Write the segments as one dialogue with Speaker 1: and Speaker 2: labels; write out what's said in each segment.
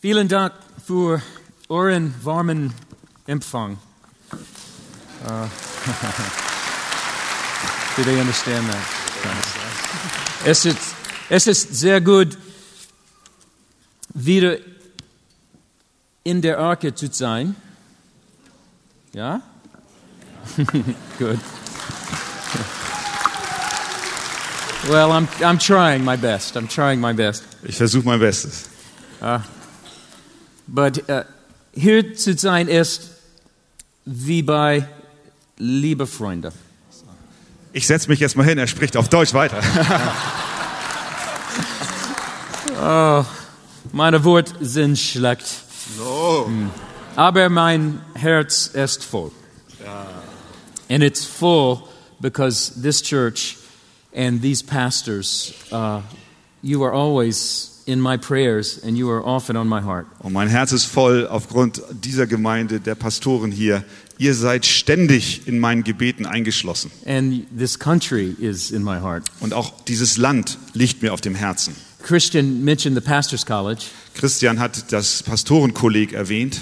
Speaker 1: Vielen Dank für euren warmen Empfang. Uh, do they understand that? Es ist, es ist sehr gut, wieder in der Arche zu sein. Ja? good. Well, I'm, I'm trying my best. I'm trying my best.
Speaker 2: Ich versuche mein Bestes.
Speaker 1: But uh, hier zu sein ist wie bei liebe Freunde.
Speaker 2: Ich setze mich jetzt mal hin, er spricht auf Deutsch weiter.
Speaker 1: Meine Worte sind schlecht, Hm.
Speaker 2: No.
Speaker 1: aber mein Herz ist voll. And it's full because this church and these pastors, uh, you are always in my prayers and you are often on my heart.
Speaker 2: Und mein Herz ist voll aufgrund dieser Gemeinde, der Pastoren hier. Ihr seid ständig in meinen Gebeten eingeschlossen.
Speaker 1: And this country is in my heart.
Speaker 2: Und auch dieses Land liegt mir auf dem Herzen.
Speaker 1: Christian mentioned the Pastor's College,
Speaker 2: Christian hat das Pastorenkolleg erwähnt.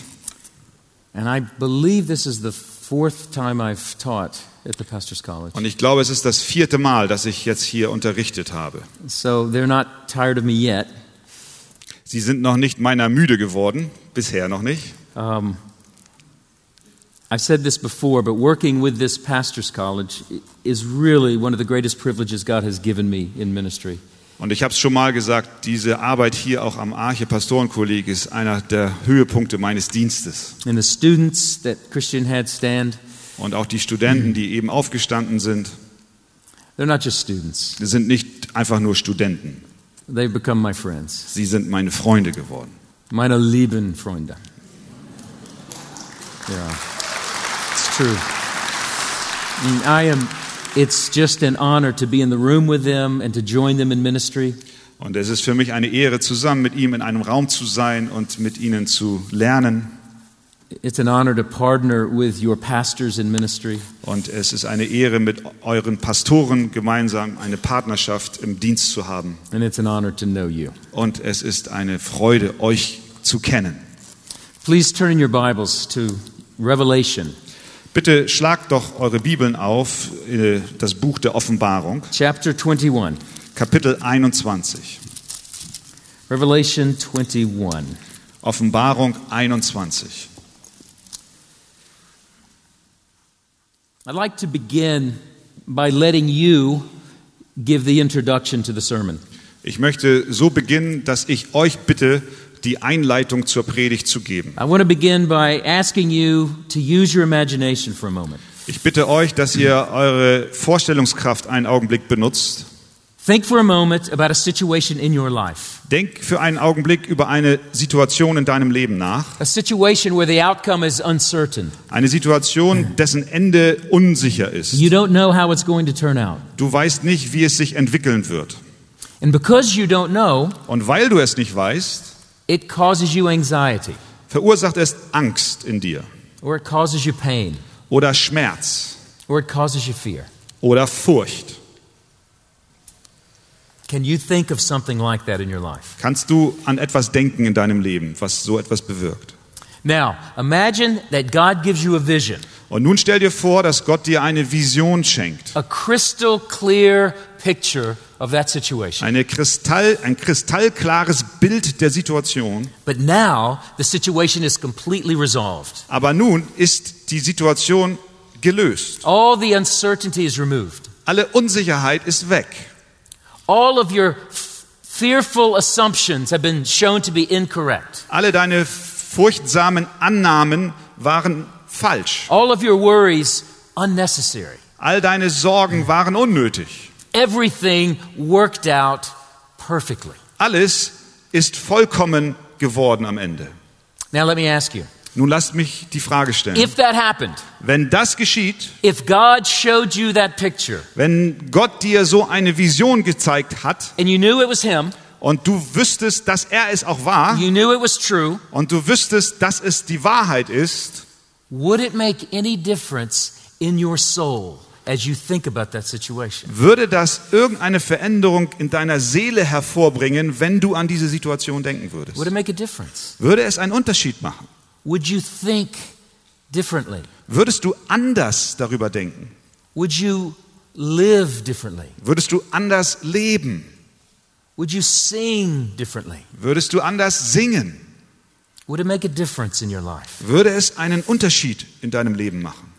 Speaker 1: and I believe this is the fourth time I've taught at the Pastor's College.
Speaker 2: Und ich glaube, es ist das vierte Mal, dass ich jetzt hier unterrichtet habe.
Speaker 1: So they're not tired of me yet.
Speaker 2: Sie sind noch nicht meiner müde geworden, bisher noch nicht.
Speaker 1: Um, I've said this before, but working with this pastor's college i- is really one of the greatest privileges God has given me in ministry.
Speaker 2: Und ich habe es schon mal gesagt, diese Arbeit hier auch am Arche Pastorenkolleg ist einer der Höhepunkte meines Dienstes.
Speaker 1: And the students that Christian had stand,
Speaker 2: Und auch die Studenten, die eben aufgestanden sind,
Speaker 1: they're not just students,
Speaker 2: sind nicht einfach nur Studenten.
Speaker 1: they've become my friends.
Speaker 2: Sie sind meine Freunde geworden.
Speaker 1: Meine lieben Freunde. Yeah, it's true. And I am, it's just an honor to be in the room with them and to join them in ministry.
Speaker 2: Und es ist für mich eine Ehre, zusammen mit ihm in einem Raum zu sein und mit ihnen zu lernen.
Speaker 1: It's an honor to partner with your pastors in ministry.
Speaker 2: Und es ist eine Ehre, mit euren Pastoren gemeinsam eine Partnerschaft im Dienst zu haben.
Speaker 1: And it's an honor to know you.
Speaker 2: Und es ist eine Freude, euch zu kennen.
Speaker 1: Please turn in your Bibles to Revelation
Speaker 2: Bitte schlagt doch eure Bibeln auf, äh, das Buch der Offenbarung,
Speaker 1: chapter 21.
Speaker 2: Kapitel 21.
Speaker 1: Revelation 21.
Speaker 2: Offenbarung 21.
Speaker 1: I'd like to begin by letting you give the introduction to the sermon.
Speaker 2: Ich möchte so beginnen, dass ich euch bitte, die Einleitung zur Predigt zu geben.
Speaker 1: I want to begin by asking you to use your imagination for a moment.
Speaker 2: Ich bitte euch, dass ihr eure Vorstellungskraft einen Augenblick benutzt.
Speaker 1: Think for a moment about a situation in your life,
Speaker 2: Denk für einen Augenblick über eine Situation in deinem Leben nach.
Speaker 1: a situation where the outcome is uncertain.
Speaker 2: Eine Situation, dessen Ende unsicher ist.
Speaker 1: You don't know how it's going to turn out.
Speaker 2: Du weißt nicht, wie es sich entwickeln wird.
Speaker 1: And because you don't know,
Speaker 2: Und weil du es nicht weißt,
Speaker 1: it causes you anxiety
Speaker 2: verursacht es Angst in dir
Speaker 1: or it causes you pain.
Speaker 2: oder Schmerz
Speaker 1: or it causes you fear.
Speaker 2: oder Furcht.
Speaker 1: Can you think of something like that in your life?
Speaker 2: Kannst du an etwas denken in deinem Leben, was so etwas bewirkt?
Speaker 1: Now, imagine that God gives you a vision,
Speaker 2: Und nun stell dir vor, dass Gott dir eine Vision schenkt.
Speaker 1: a crystal clear picture of that situation.
Speaker 2: Eine Kristall, ein kristallklares Bild der Situation.
Speaker 1: But now, the situation is completely resolved.
Speaker 2: Aber nun ist die Situation gelöst.
Speaker 1: All the uncertainty is removed.
Speaker 2: Alle Unsicherheit ist weg.
Speaker 1: All of your f- fearful assumptions have been shown to be incorrect.
Speaker 2: Alle deine furchtsamen Annahmen waren falsch.
Speaker 1: All of your worries unnecessary.
Speaker 2: All deine Sorgen waren unnötig.
Speaker 1: Everything worked out perfectly.
Speaker 2: Alles ist vollkommen geworden am Ende.
Speaker 1: Now, let me ask you
Speaker 2: Nun lasst mich die Frage stellen.
Speaker 1: if that happened,
Speaker 2: Wenn das geschieht,
Speaker 1: If God showed you that picture
Speaker 2: wenn Gott dir so eine Vision gezeigt hat
Speaker 1: and you knew it was Him,
Speaker 2: und du wüsstest, dass er es auch war
Speaker 1: you knew it was true,
Speaker 2: und du wüsstest, dass es die Wahrheit ist,
Speaker 1: would it make any difference in your soul, as you think about that situation?
Speaker 2: Würde das irgendeine Veränderung in deiner Seele hervorbringen, wenn du an diese Situation denken würdest?
Speaker 1: Would it make a difference?
Speaker 2: Würde es einen Unterschied machen?
Speaker 1: Would you think differently?
Speaker 2: Würdest du anders darüber denken?
Speaker 1: Would you live differently?
Speaker 2: Würdest du anders leben?
Speaker 1: Would you sing differently?
Speaker 2: Würdest du anders singen?
Speaker 1: Would it make a difference in your life?
Speaker 2: Würde es einen Unterschied in deinem Leben machen?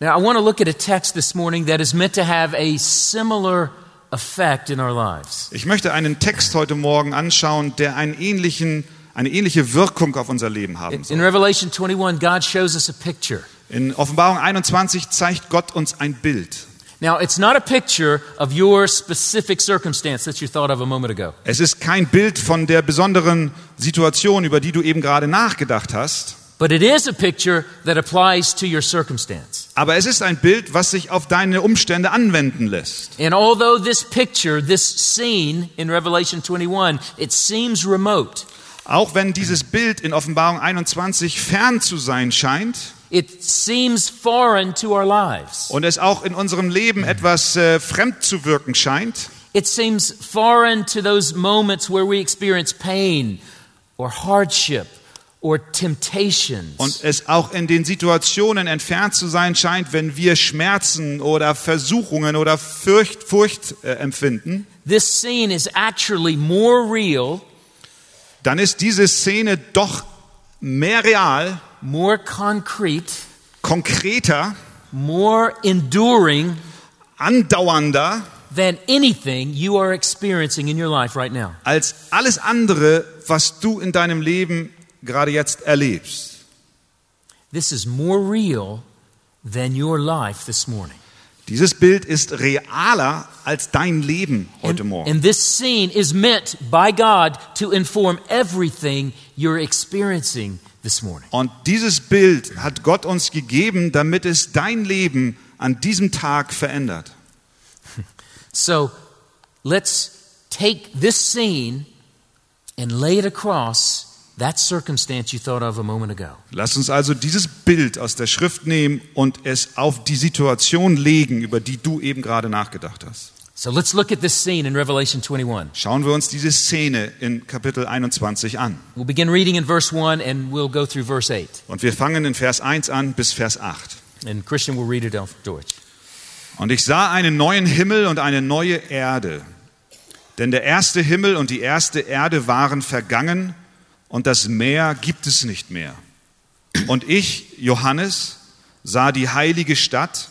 Speaker 1: Now, I want to look at a text this morning that is meant to have a similar effect in our lives.
Speaker 2: Ich möchte einen Text heute Morgen anschauen, der einen ähnlichen, eine ähnliche Wirkung auf unser Leben haben
Speaker 1: In,
Speaker 2: soll.
Speaker 1: in Revelation 21, God shows us a picture.
Speaker 2: In Offenbarung 21 zeigt Gott uns ein Bild.
Speaker 1: Now, it's not a picture of your specific circumstance that you thought of a moment ago.
Speaker 2: Es ist kein Bild von der besonderen Situation, über die du eben gerade nachgedacht hast,
Speaker 1: But it is a picture that applies to your circumstance.
Speaker 2: aber es ist ein Bild, was sich auf deine Umstände anwenden lässt.
Speaker 1: And although this picture, this scene in Revelation 21, it seems remote,
Speaker 2: Auch wenn dieses Bild in Offenbarung 21 fern zu sein scheint
Speaker 1: it seems foreign to our lives.
Speaker 2: und es auch in unserem Leben etwas äh, fremd zu wirken scheint,
Speaker 1: It seems foreign to those moments where we experience pain or hardship or temptations.
Speaker 2: Und es auch in den Situationen entfernt zu sein scheint, wenn wir Schmerzen oder Versuchungen oder Furcht, Furcht äh, empfinden,
Speaker 1: this scene is actually more real,
Speaker 2: dann ist diese Szene doch mehr real,
Speaker 1: more concrete,
Speaker 2: konkreter,
Speaker 1: more enduring
Speaker 2: andauernder
Speaker 1: than anything you are experiencing in your life right now.
Speaker 2: als alles andere, was du in deinem Leben gerade jetzt erlebst.
Speaker 1: This is more real than your life this morning.
Speaker 2: Dieses Bild ist realer als dein Leben heute
Speaker 1: and,
Speaker 2: Morgen.
Speaker 1: and this scene is meant by God to inform everything you're experiencing this morning.
Speaker 2: Und dieses Bild hat Gott uns gegeben, damit es dein Leben an diesem Tag verändert.
Speaker 1: So let's take this scene and lay it across that circumstance you thought of a moment ago.
Speaker 2: Lass uns also dieses Bild aus der Schrift nehmen und es auf die Situation legen, über die du eben gerade nachgedacht hast.
Speaker 1: So let's look at this scene in Revelation 21.
Speaker 2: Schauen wir uns diese Szene in Kapitel 21 an.
Speaker 1: We'll begin reading in verse 1 and we'll go through verse 8.
Speaker 2: Und wir fangen in Vers 1 an bis Vers 8.
Speaker 1: And Christian will read it off Deutsch.
Speaker 2: Und ich sah einen neuen Himmel und eine neue Erde. Denn der erste Himmel und die erste Erde waren vergangen und das Meer gibt es nicht mehr. Und ich, Johannes, sah die heilige Stadt,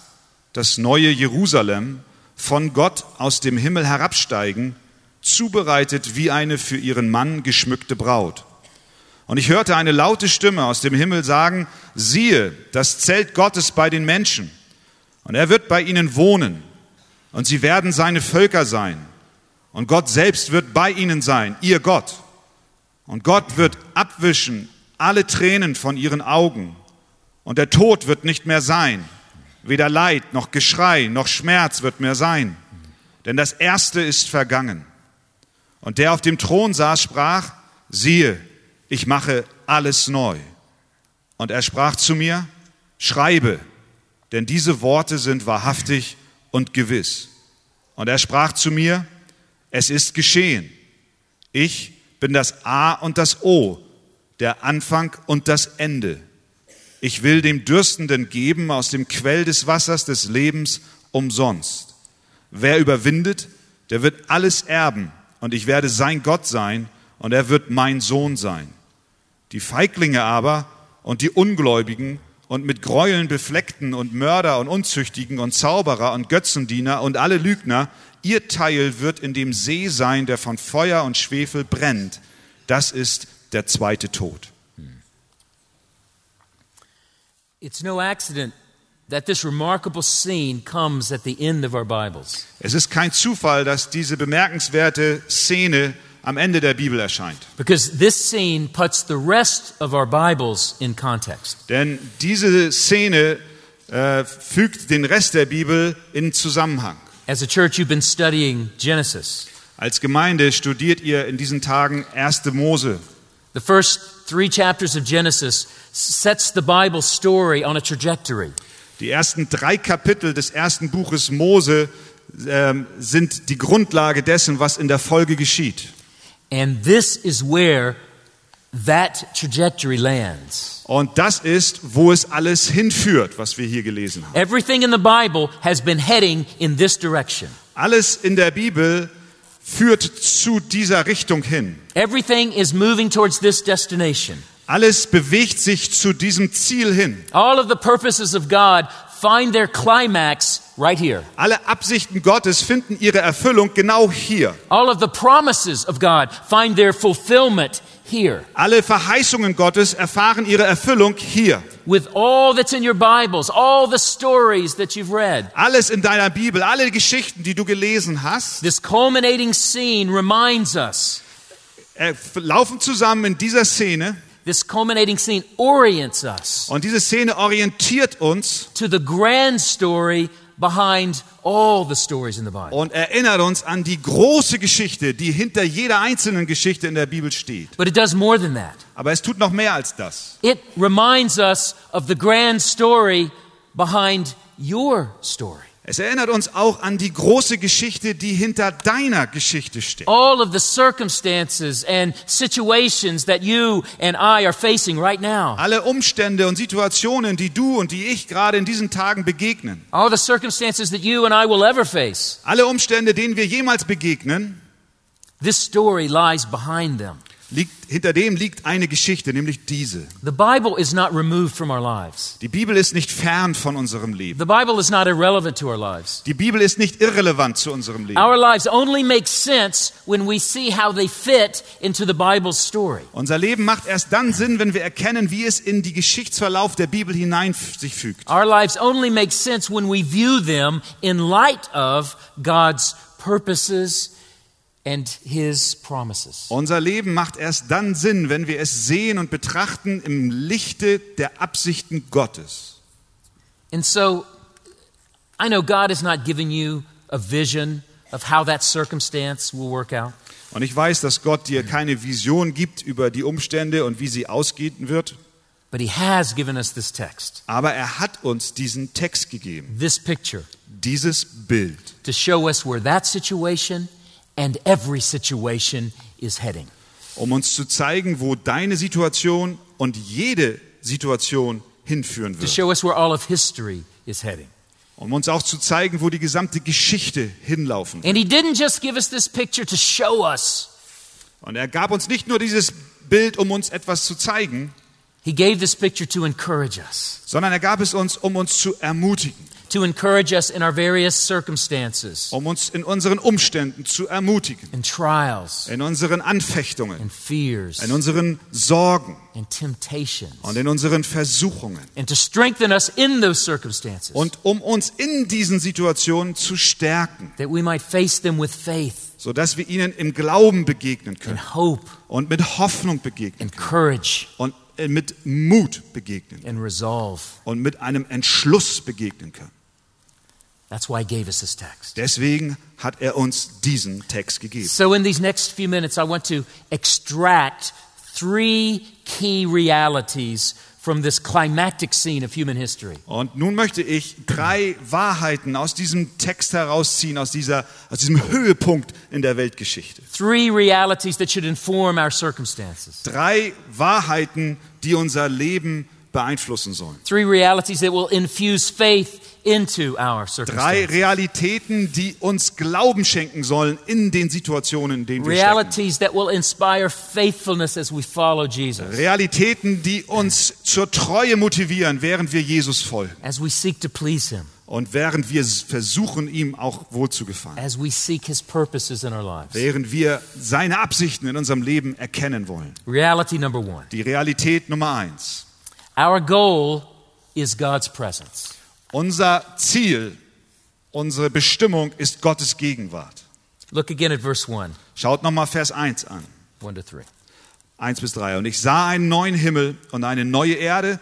Speaker 2: das neue Jerusalem, von Gott aus dem Himmel herabsteigen, zubereitet wie eine für ihren Mann geschmückte Braut. Und ich hörte eine laute Stimme aus dem Himmel sagen, siehe, das Zelt Gottes bei den Menschen. Und er wird bei ihnen wohnen, und sie werden seine Völker sein. Und Gott selbst wird bei ihnen sein, ihr Gott. Und Gott wird abwischen alle Tränen von ihren Augen. Und der Tod wird nicht mehr sein. Weder Leid noch Geschrei noch Schmerz wird mehr sein. Denn das Erste ist vergangen. Und der auf dem Thron saß, sprach, siehe, ich mache alles neu. Und er sprach zu mir, schreibe, denn diese Worte sind wahrhaftig und gewiss. Und er sprach zu mir, es ist geschehen. Ich bin das A und das O, der Anfang und das Ende. Ich will dem Dürstenden geben aus dem Quell des Wassers des Lebens umsonst. Wer überwindet, der wird alles erben, und ich werde sein Gott sein, und er wird mein Sohn sein. Die Feiglinge aber und die Ungläubigen und mit Gräueln befleckten und Mörder und Unzüchtigen und Zauberer und Götzendiener und alle Lügner, ihr Teil wird in dem See sein, der von Feuer und Schwefel brennt. Das ist der zweite Tod.
Speaker 1: It's no accident that this remarkable scene comes at the end of our Bibles.
Speaker 2: Es ist kein Zufall, dass diese bemerkenswerte Szene am Ende der Bibel erscheint.
Speaker 1: Because this scene puts the rest of our Bibles in context.
Speaker 2: Denn diese Szene äh, fügt den Rest der Bibel in Zusammenhang.
Speaker 1: As a church, you've been studying Genesis.
Speaker 2: Als Gemeinde studiert ihr in diesen Tagen 1. Mose
Speaker 1: The first three chapters of Genesis sets the Bible story on a trajectory.
Speaker 2: Die ersten drei Kapitel des ersten Buches Mose ähm, sind die Grundlage dessen, was in der Folge geschieht.
Speaker 1: And this is where that trajectory lands.
Speaker 2: Und das ist, wo es alles hinführt, was wir hier gelesen haben.
Speaker 1: Everything in the Bible has been heading in this direction.
Speaker 2: Alles in der Bibel führt zu dieser Richtung hin.
Speaker 1: Everything is moving towards this destination.
Speaker 2: Alles bewegt sich zu diesem Ziel hin.
Speaker 1: All of the purposes of God find their climax right here.
Speaker 2: Alle Absichten Gottes finden ihre Erfüllung genau hier.
Speaker 1: All of the promises of God find their fulfillment here.
Speaker 2: Alle Verheißungen Gottes erfahren ihre Erfüllung hier.
Speaker 1: With all that's in your Bibles, all the stories that you've read,
Speaker 2: Alles in deiner Bibel, alle Geschichten, die du gelesen hast,
Speaker 1: this culminating scene reminds us,
Speaker 2: äh, laufen zusammen in dieser Szene.
Speaker 1: this culminating scene orients us
Speaker 2: Und diese Szene orientiert uns
Speaker 1: to the grand story behind all the stories in the Bible.
Speaker 2: und erinnert uns an die große Geschichte, die hinter jeder einzelnen Geschichte in der Bibel steht.
Speaker 1: But it does more than that.
Speaker 2: Aber es tut noch mehr als das.
Speaker 1: It reminds us of the grand story behind your story.
Speaker 2: Es erinnert uns auch an die große Geschichte, die hinter deiner Geschichte steht.
Speaker 1: All of the circumstances and situations that you and I are facing right now.
Speaker 2: Alle Umstände und Situationen, die du und die ich gerade in diesen Tagen begegnen,
Speaker 1: All the circumstances that you and I will ever face.
Speaker 2: alle Umstände, denen wir jemals begegnen,
Speaker 1: This story lies behind them.
Speaker 2: liegt, hinter dem liegt eine Geschichte, nämlich diese.
Speaker 1: The Bible is not removed from our lives.
Speaker 2: Die Bibel ist nicht fern von unserem Leben.
Speaker 1: The Bible is not irrelevant to our lives.
Speaker 2: Die Bibel ist nicht irrelevant zu unserem Leben.
Speaker 1: Our lives only make sense when we see how they fit into the Bible's story.
Speaker 2: Unser Leben macht erst dann Sinn, wenn wir erkennen, wie es in die Geschichtsverlauf der Bibel hinein f- sich fügt.
Speaker 1: Our lives only make sense when we view them in light of God's purposes and His promises.
Speaker 2: Unser Leben macht erst dann Sinn, wenn wir es sehen und betrachten im Lichte der Absichten Gottes.
Speaker 1: And so, I know God is not giving you a vision of how that circumstance will work out.
Speaker 2: Und ich weiß, dass Gott dir keine Vision gibt über die Umstände und wie sie ausgehen wird,
Speaker 1: But he has given us this text,
Speaker 2: aber er hat uns diesen Text gegeben,
Speaker 1: this picture,
Speaker 2: dieses Bild,
Speaker 1: to show us where that situation and every situation is heading.
Speaker 2: um uns zu zeigen, wo deine Situation und jede Situation hinführen
Speaker 1: To
Speaker 2: wird.
Speaker 1: show us where all of history is heading.
Speaker 2: Um uns auch zu zeigen, wo die gesamte Geschichte hinlaufen
Speaker 1: And he didn't just give us this picture to show us,
Speaker 2: Und er gab uns nicht nur dieses Bild, um uns etwas zu zeigen,
Speaker 1: he gave this picture to encourage us,
Speaker 2: sondern er gab es uns, um uns zu ermutigen,
Speaker 1: to encourage us in our various circumstances
Speaker 2: um uns in unseren Umständen zu ermutigen,
Speaker 1: and trials
Speaker 2: in unseren Anfechtungen,
Speaker 1: and fears
Speaker 2: in unseren Sorgen
Speaker 1: and temptations.
Speaker 2: und in unseren Versuchungen
Speaker 1: and to strengthen us in those circumstances
Speaker 2: und um uns in diesen Situationen zu stärken,
Speaker 1: that we might face them with faith
Speaker 2: sodass wir ihnen im Glauben begegnen
Speaker 1: and
Speaker 2: können
Speaker 1: hope
Speaker 2: und mit Hoffnung begegnen
Speaker 1: and courage
Speaker 2: und äh, mit Mut begegnen
Speaker 1: and resolve.
Speaker 2: und mit einem Entschluss begegnen können.
Speaker 1: That's why he gave us this text.
Speaker 2: Deswegen hat er uns diesen Text gegeben.
Speaker 1: So, in these next few minutes, I want to extract three key realities from this climactic scene of human history.
Speaker 2: Und nun möchte ich drei Wahrheiten aus diesem Text herausziehen, aus, dieser, aus diesem Höhepunkt in der Weltgeschichte.
Speaker 1: Three realities that should inform our circumstances.
Speaker 2: Drei Wahrheiten, die unser Leben beeinflussen sollen.
Speaker 1: Three realities that will infuse faith into our
Speaker 2: Drei
Speaker 1: circumstances.
Speaker 2: Realitäten, die uns Glauben schenken sollen in den Situationen, in denen wir stecken.
Speaker 1: Realities that will inspire faithfulness as we follow Jesus.
Speaker 2: Realitäten, die uns zur Treue motivieren, während wir Jesus folgen
Speaker 1: as we seek to please Him,
Speaker 2: und während wir versuchen, ihm auch wohlzugefallen,
Speaker 1: as we seek His purposes in our lives.
Speaker 2: während wir seine Absichten in unserem Leben erkennen wollen.
Speaker 1: Reality number one
Speaker 2: Die Realität Nummer eins.
Speaker 1: our goal is God's presence.
Speaker 2: Unser Ziel, unsere Bestimmung ist Gottes Gegenwart.
Speaker 1: Look again at verse 1,
Speaker 2: Schaut nochmal Vers 1 an.
Speaker 1: 1 to 3.
Speaker 2: 1 bis 3. Und ich sah einen neuen Himmel und eine neue Erde,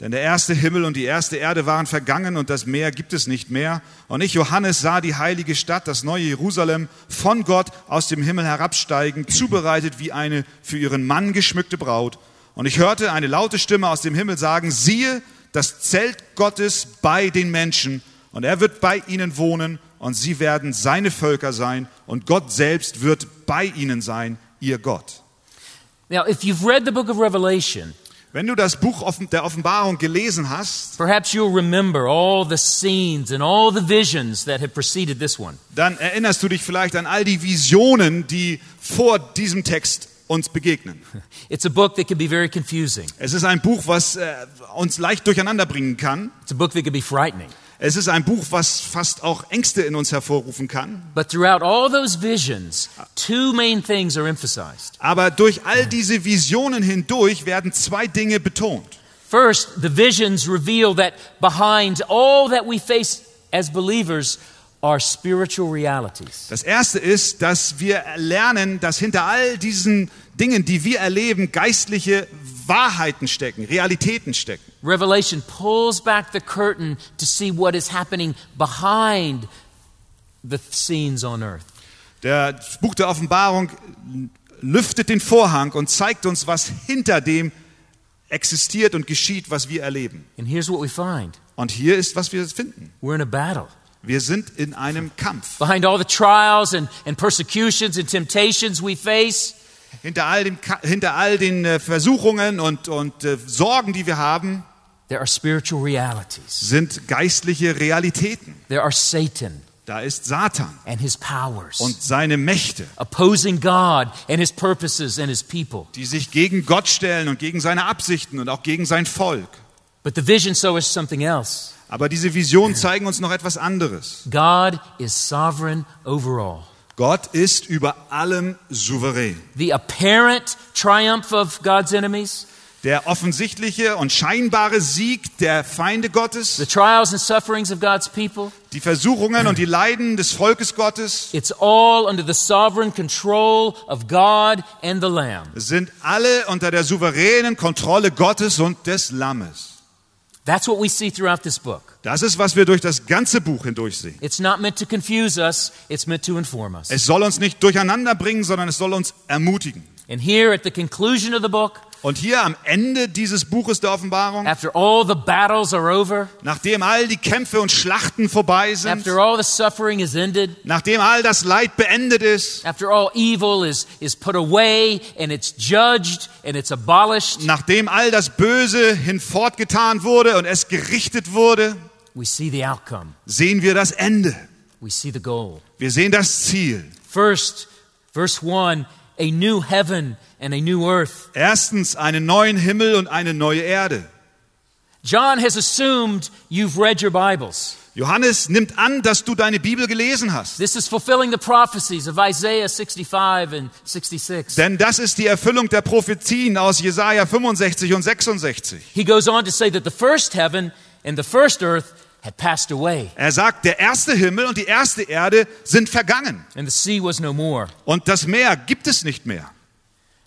Speaker 2: denn der erste Himmel und die erste Erde waren vergangen und das Meer gibt es nicht mehr. Und ich, Johannes, sah die heilige Stadt, das neue Jerusalem, von Gott aus dem Himmel herabsteigen, zubereitet wie eine für ihren Mann geschmückte Braut. Und ich hörte eine laute Stimme aus dem Himmel sagen, siehe, das Zelt Gottes bei den Menschen und er wird bei ihnen wohnen und sie werden seine Völker sein und Gott selbst wird bei ihnen sein, ihr Gott.
Speaker 1: Now, if you've read the book of Revelation,
Speaker 2: Wenn du das Buch Offen- der Offenbarung gelesen hast,
Speaker 1: perhaps you'll remember all the scenes and all the visions that have preceded this one.
Speaker 2: dann erinnerst du dich vielleicht an all die Visionen, die vor diesem Text uns begegnen.
Speaker 1: It's a book that can be very confusing,
Speaker 2: Es ist ein Buch, was äh, uns leicht durcheinander bringen kann.
Speaker 1: it's a book that can be frightening.
Speaker 2: Es ist ein Buch, was fast auch Ängste in uns hervorrufen kann.
Speaker 1: But throughout all those visions, two main things are emphasized.
Speaker 2: Aber durch all diese Visionen hindurch werden zwei Dinge betont.
Speaker 1: First, the visions reveal that behind all that we face as believers are spiritual realities.
Speaker 2: Das erste ist, dass wir lernen, dass hinter all diesen Dingen, die wir erleben, geistliche Wahrheiten stecken, Realitäten stecken.
Speaker 1: Revelation pulls back the curtain to see what is happening behind the scenes on earth.
Speaker 2: Der das Buch der Offenbarung lüftet den Vorhang und zeigt uns, was hinter dem existiert und geschieht, was wir erleben.
Speaker 1: And here's what we find
Speaker 2: Und hier ist, was wir finden.
Speaker 1: we're in a battle.
Speaker 2: Wir sind in einem Kampf.
Speaker 1: Behind all the trials and, and persecutions and temptations we face,
Speaker 2: Hinter all, dem, Ka- hinter all den äh, Versuchungen und, und äh, Sorgen, die wir haben,
Speaker 1: there are spiritual realities.
Speaker 2: sind geistliche Realitäten.
Speaker 1: There are Satan
Speaker 2: Da ist Satan
Speaker 1: and his powers.
Speaker 2: und seine Mächte,
Speaker 1: opposing God and his purposes and his people.
Speaker 2: die sich gegen Gott stellen und gegen seine Absichten und auch gegen sein Volk.
Speaker 1: But the vision so is something else.
Speaker 2: Aber diese Visionen zeigen uns noch etwas anderes.
Speaker 1: God is sovereign over all.
Speaker 2: Gott ist über allem souverän.
Speaker 1: The apparent triumph of God's enemies,
Speaker 2: Der offensichtliche und scheinbare Sieg der Feinde
Speaker 1: the
Speaker 2: Gottes,
Speaker 1: trials and sufferings of God's people,
Speaker 2: die Versuchungen und die Leiden des Volkes Gottes,
Speaker 1: it's all under the sovereign control of God and the Lamb.
Speaker 2: sind alle unter der souveränen Kontrolle Gottes und des Lammes.
Speaker 1: That's what we see throughout this book.
Speaker 2: Das ist, was wir durch das ganze Buch hindurch sehen.
Speaker 1: It's not meant to confuse us, it's meant to inform us.
Speaker 2: Es soll uns nicht durcheinander bringen, sondern es soll uns ermutigen.
Speaker 1: And here at the conclusion of the book,
Speaker 2: Und hier am Ende dieses Buches der Offenbarung,
Speaker 1: after all the battles are over,
Speaker 2: nachdem all die Kämpfe und Schlachten vorbei sind,
Speaker 1: after all the suffering is ended,
Speaker 2: nachdem all das Leid beendet ist,
Speaker 1: After all evil is, is put away and it's judged and it's abolished,
Speaker 2: nachdem all das Böse hinfortgetan wurde und es gerichtet wurde,
Speaker 1: we see the outcome.
Speaker 2: sehen wir das Ende.
Speaker 1: We see the goal.
Speaker 2: Wir sehen das Ziel.
Speaker 1: First, verse 1 a new heaven and a new earth.
Speaker 2: Erstens einen neuen Himmel und eine neue Erde.
Speaker 1: John has assumed you've read your Bibles.
Speaker 2: Johannes nimmt an, dass du deine Bibel gelesen hast.
Speaker 1: This is fulfilling the prophecies of Isaiah 65 and 66.
Speaker 2: Denn das ist die Erfüllung der Prophezien aus Jesaja 65 und 66.
Speaker 1: He goes on to say that the first heaven and the first earth had passed away
Speaker 2: Er sagt, der erste Himmel und die erste Erde sind vergangen
Speaker 1: and the sea was no more.
Speaker 2: und das Meer gibt es nicht mehr.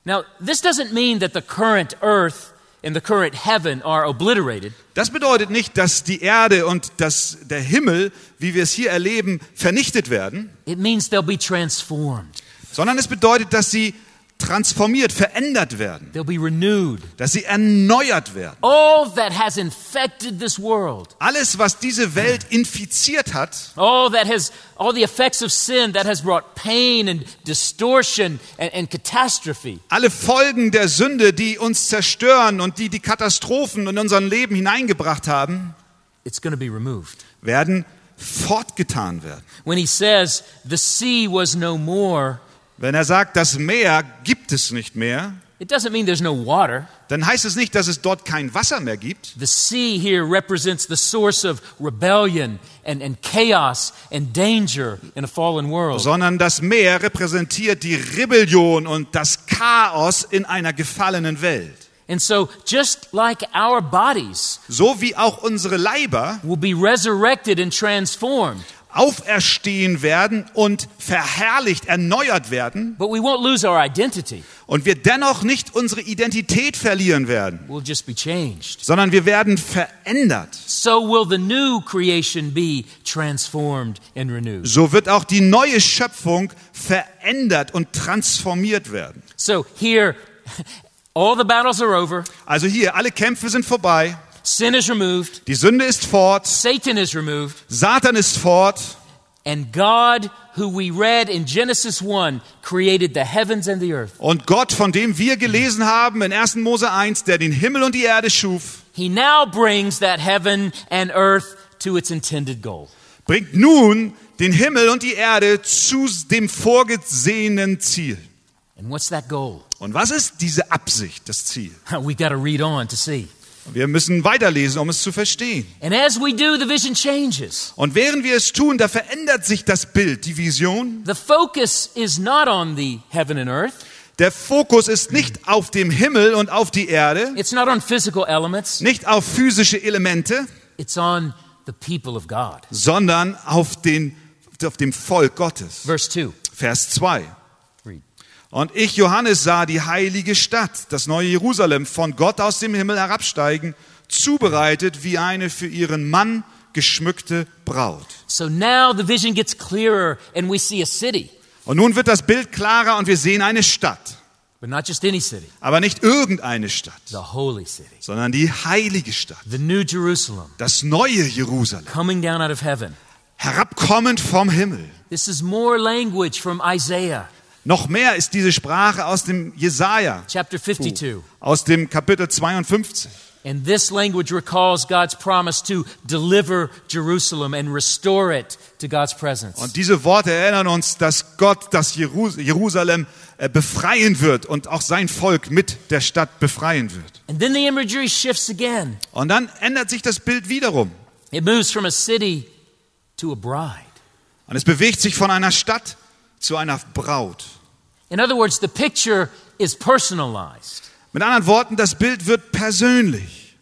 Speaker 1: Now, this doesn't mean that the current earth and the current heaven are obliterated.
Speaker 2: Das bedeutet nicht, dass die Erde und das, der Himmel, wie wir es hier erleben, vernichtet werden,
Speaker 1: It means they'll be transformed.
Speaker 2: sondern es bedeutet, dass sie transformiert, verändert werden,
Speaker 1: They'll be renewed.
Speaker 2: dass sie erneuert werden.
Speaker 1: All that has infected this world,
Speaker 2: Alles, was diese Welt infiziert hat,
Speaker 1: all that has, all the effects of sin that has brought pain and distortion and, and catastrophe,
Speaker 2: alle Folgen der Sünde, die uns zerstören und die die Katastrophen in unseren Leben hineingebracht haben,
Speaker 1: it's going to be removed.
Speaker 2: werden fortgetan werden.
Speaker 1: When he says, the sea was no more,
Speaker 2: Wenn er sagt, das Meer gibt es nicht mehr,
Speaker 1: it doesn't mean there's no water.
Speaker 2: dann heißt es nicht, dass es dort kein Wasser mehr gibt.
Speaker 1: The sea here represents the source of rebellion and, and chaos and danger in a fallen world.
Speaker 2: sondern das Meer repräsentiert die Rebellion und das Chaos in einer gefallenen Welt.
Speaker 1: And so, just like our bodies
Speaker 2: So wie auch unsere Leiber
Speaker 1: will be resurrected and transformed,
Speaker 2: auferstehen werden und verherrlicht, erneuert werden
Speaker 1: But we won't lose our identity.
Speaker 2: und wir dennoch nicht unsere Identität verlieren werden,
Speaker 1: We'll just be changed.
Speaker 2: sondern wir werden verändert.
Speaker 1: So will the new creation be transformed and renewed.
Speaker 2: So wird auch die neue Schöpfung verändert und transformiert werden.
Speaker 1: So here, all the battles are over.
Speaker 2: Also hier, alle Kämpfe sind vorbei.
Speaker 1: Sin is removed,
Speaker 2: Die Sünde ist fort,
Speaker 1: Satan is removed,
Speaker 2: Satan ist fort
Speaker 1: and God, who we read in Genesis 1, created the heavens and the earth.
Speaker 2: und Gott, von dem wir gelesen haben in 1. Mose 1, der den Himmel und die Erde schuf,
Speaker 1: He now brings that heaven and earth to its intended goal.
Speaker 2: bringt nun den Himmel und die Erde zu dem vorgesehenen Ziel.
Speaker 1: And what's that goal?
Speaker 2: Und was ist diese Absicht, das Ziel?
Speaker 1: We got to read on to see.
Speaker 2: Wir müssen weiterlesen, um es zu verstehen.
Speaker 1: And as we do, the vision changes.
Speaker 2: Und während wir es tun, da verändert sich das Bild, die Vision.
Speaker 1: The focus is not on the heaven and earth.
Speaker 2: Der Fokus ist nicht auf dem Himmel und auf die Erde,
Speaker 1: It's not on physical elements.
Speaker 2: nicht auf physische Elemente,
Speaker 1: It's on the people of God.
Speaker 2: sondern auf, den, auf dem Volk Gottes.
Speaker 1: Verse 2.
Speaker 2: Vers 2.
Speaker 1: Read.
Speaker 2: Und ich, Johannes, sah die heilige Stadt, das neue Jerusalem, von Gott aus dem Himmel herabsteigen, zubereitet wie eine für ihren Mann geschmückte Braut.
Speaker 1: So now the vision gets clearer and we see a city,
Speaker 2: Und nun wird das Bild klarer und wir sehen eine Stadt,
Speaker 1: but not just any city,
Speaker 2: aber nicht irgendeine Stadt,
Speaker 1: the holy city,
Speaker 2: sondern die heilige Stadt,
Speaker 1: the new Jerusalem
Speaker 2: das neue Jerusalem,
Speaker 1: coming down out of heaven.
Speaker 2: herabkommend vom Himmel.
Speaker 1: This is more language from Isaiah
Speaker 2: Noch mehr ist diese Sprache aus dem Jesaja,
Speaker 1: chapter 52.
Speaker 2: aus dem Kapitel 52.
Speaker 1: And this language recalls God's promise to deliver Jerusalem and restore it to God's presence.
Speaker 2: Und diese Worte erinnern uns, dass Gott das Jeru- Jerusalem äh, befreien wird und auch sein Volk mit der Stadt befreien wird.
Speaker 1: And then the imagery shifts again.
Speaker 2: Und dann ändert sich das Bild wiederum.
Speaker 1: It moves from a city to a bride.
Speaker 2: Und es bewegt sich von einer Stadt zu einer Braut.
Speaker 1: In other words, the picture is personalized.
Speaker 2: Mit anderen Worten, das Bild wird persönlich.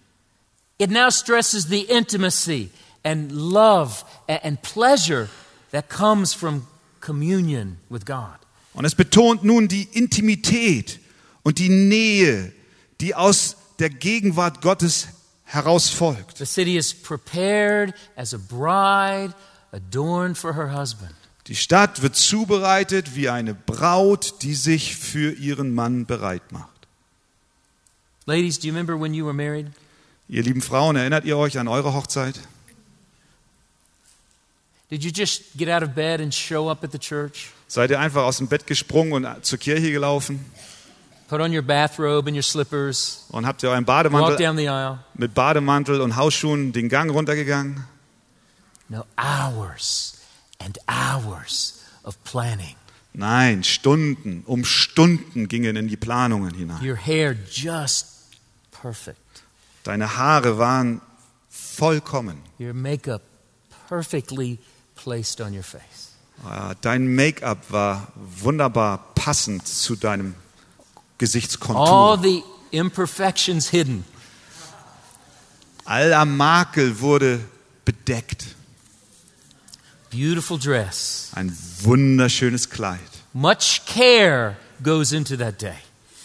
Speaker 1: It now stresses the intimacy and love a- and pleasure that comes from communion with God.
Speaker 2: Und es betont nun die Intimität und die Nähe, die aus der Gegenwart Gottes herausfolgt.
Speaker 1: The city is prepared as a bride adorned for her husband.
Speaker 2: Die Stadt wird zubereitet wie eine Braut, die sich für ihren Mann bereit macht.
Speaker 1: Ladies, do you remember when you were married?
Speaker 2: Ihr lieben Frauen, erinnert ihr euch an eure Hochzeit?
Speaker 1: Did you just get out of bed and show up at the church?
Speaker 2: Seid ihr einfach aus dem Bett gesprungen und zur Kirche gelaufen
Speaker 1: Put on your bathrobe and your slippers,
Speaker 2: und habt ihr euren
Speaker 1: walk
Speaker 2: Bademantel
Speaker 1: down the aisle?
Speaker 2: mit Bademantel und Hausschuhen den Gang runtergegangen?
Speaker 1: No, hours and hours of planning.
Speaker 2: Nein, Stunden um Stunden gingen in die Planungen hinein.
Speaker 1: Your hair just perfect.
Speaker 2: Deine Haare waren vollkommen.
Speaker 1: Your makeup perfectly placed on your face.
Speaker 2: Äh, Dein Make-up war wunderbar passend zu deinem
Speaker 1: All
Speaker 2: Gesichtskontur.
Speaker 1: the imperfections hidden.
Speaker 2: Aller Makel wurde bedeckt.
Speaker 1: Beautiful dress.
Speaker 2: Ein wunderschönes Kleid.
Speaker 1: Much care goes into that day.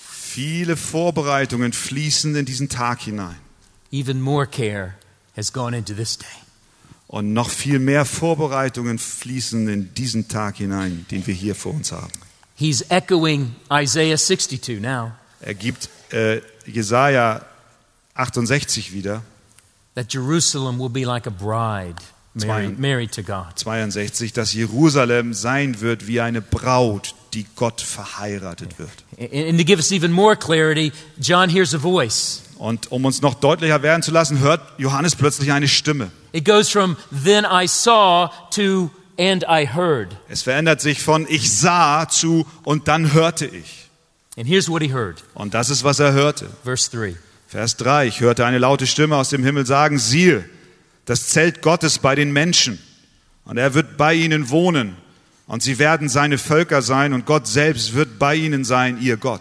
Speaker 2: Viele Vorbereitungen fließen in diesen Tag hinein.
Speaker 1: Even more care has gone into this day.
Speaker 2: Und noch viel mehr Vorbereitungen fließen in diesen Tag hinein, den wir hier vor uns haben.
Speaker 1: He's echoing Isaiah 62 now.
Speaker 2: Er gibt äh, Jesaja 68 wieder,
Speaker 1: that Jerusalem will be like a bride married,
Speaker 2: Zwei-
Speaker 1: married to God.
Speaker 2: 62, dass Jerusalem sein wird wie eine Braut, die Gott verheiratet wird.
Speaker 1: And, and to give us even more clarity, John hears a voice.
Speaker 2: Und um uns noch deutlicher werden zu lassen, hört Johannes plötzlich eine Stimme.
Speaker 1: It goes from then I saw to and I heard.
Speaker 2: Es verändert sich von ich sah zu und dann hörte ich.
Speaker 1: And here's what he heard.
Speaker 2: Und das ist, was er hörte.
Speaker 1: Verse 3.
Speaker 2: Vers 3, ich hörte eine laute Stimme aus dem Himmel sagen, siehe, das Zelt Gottes bei den Menschen, und er wird bei ihnen wohnen, und sie werden seine Völker sein, und Gott selbst wird bei ihnen sein, ihr Gott.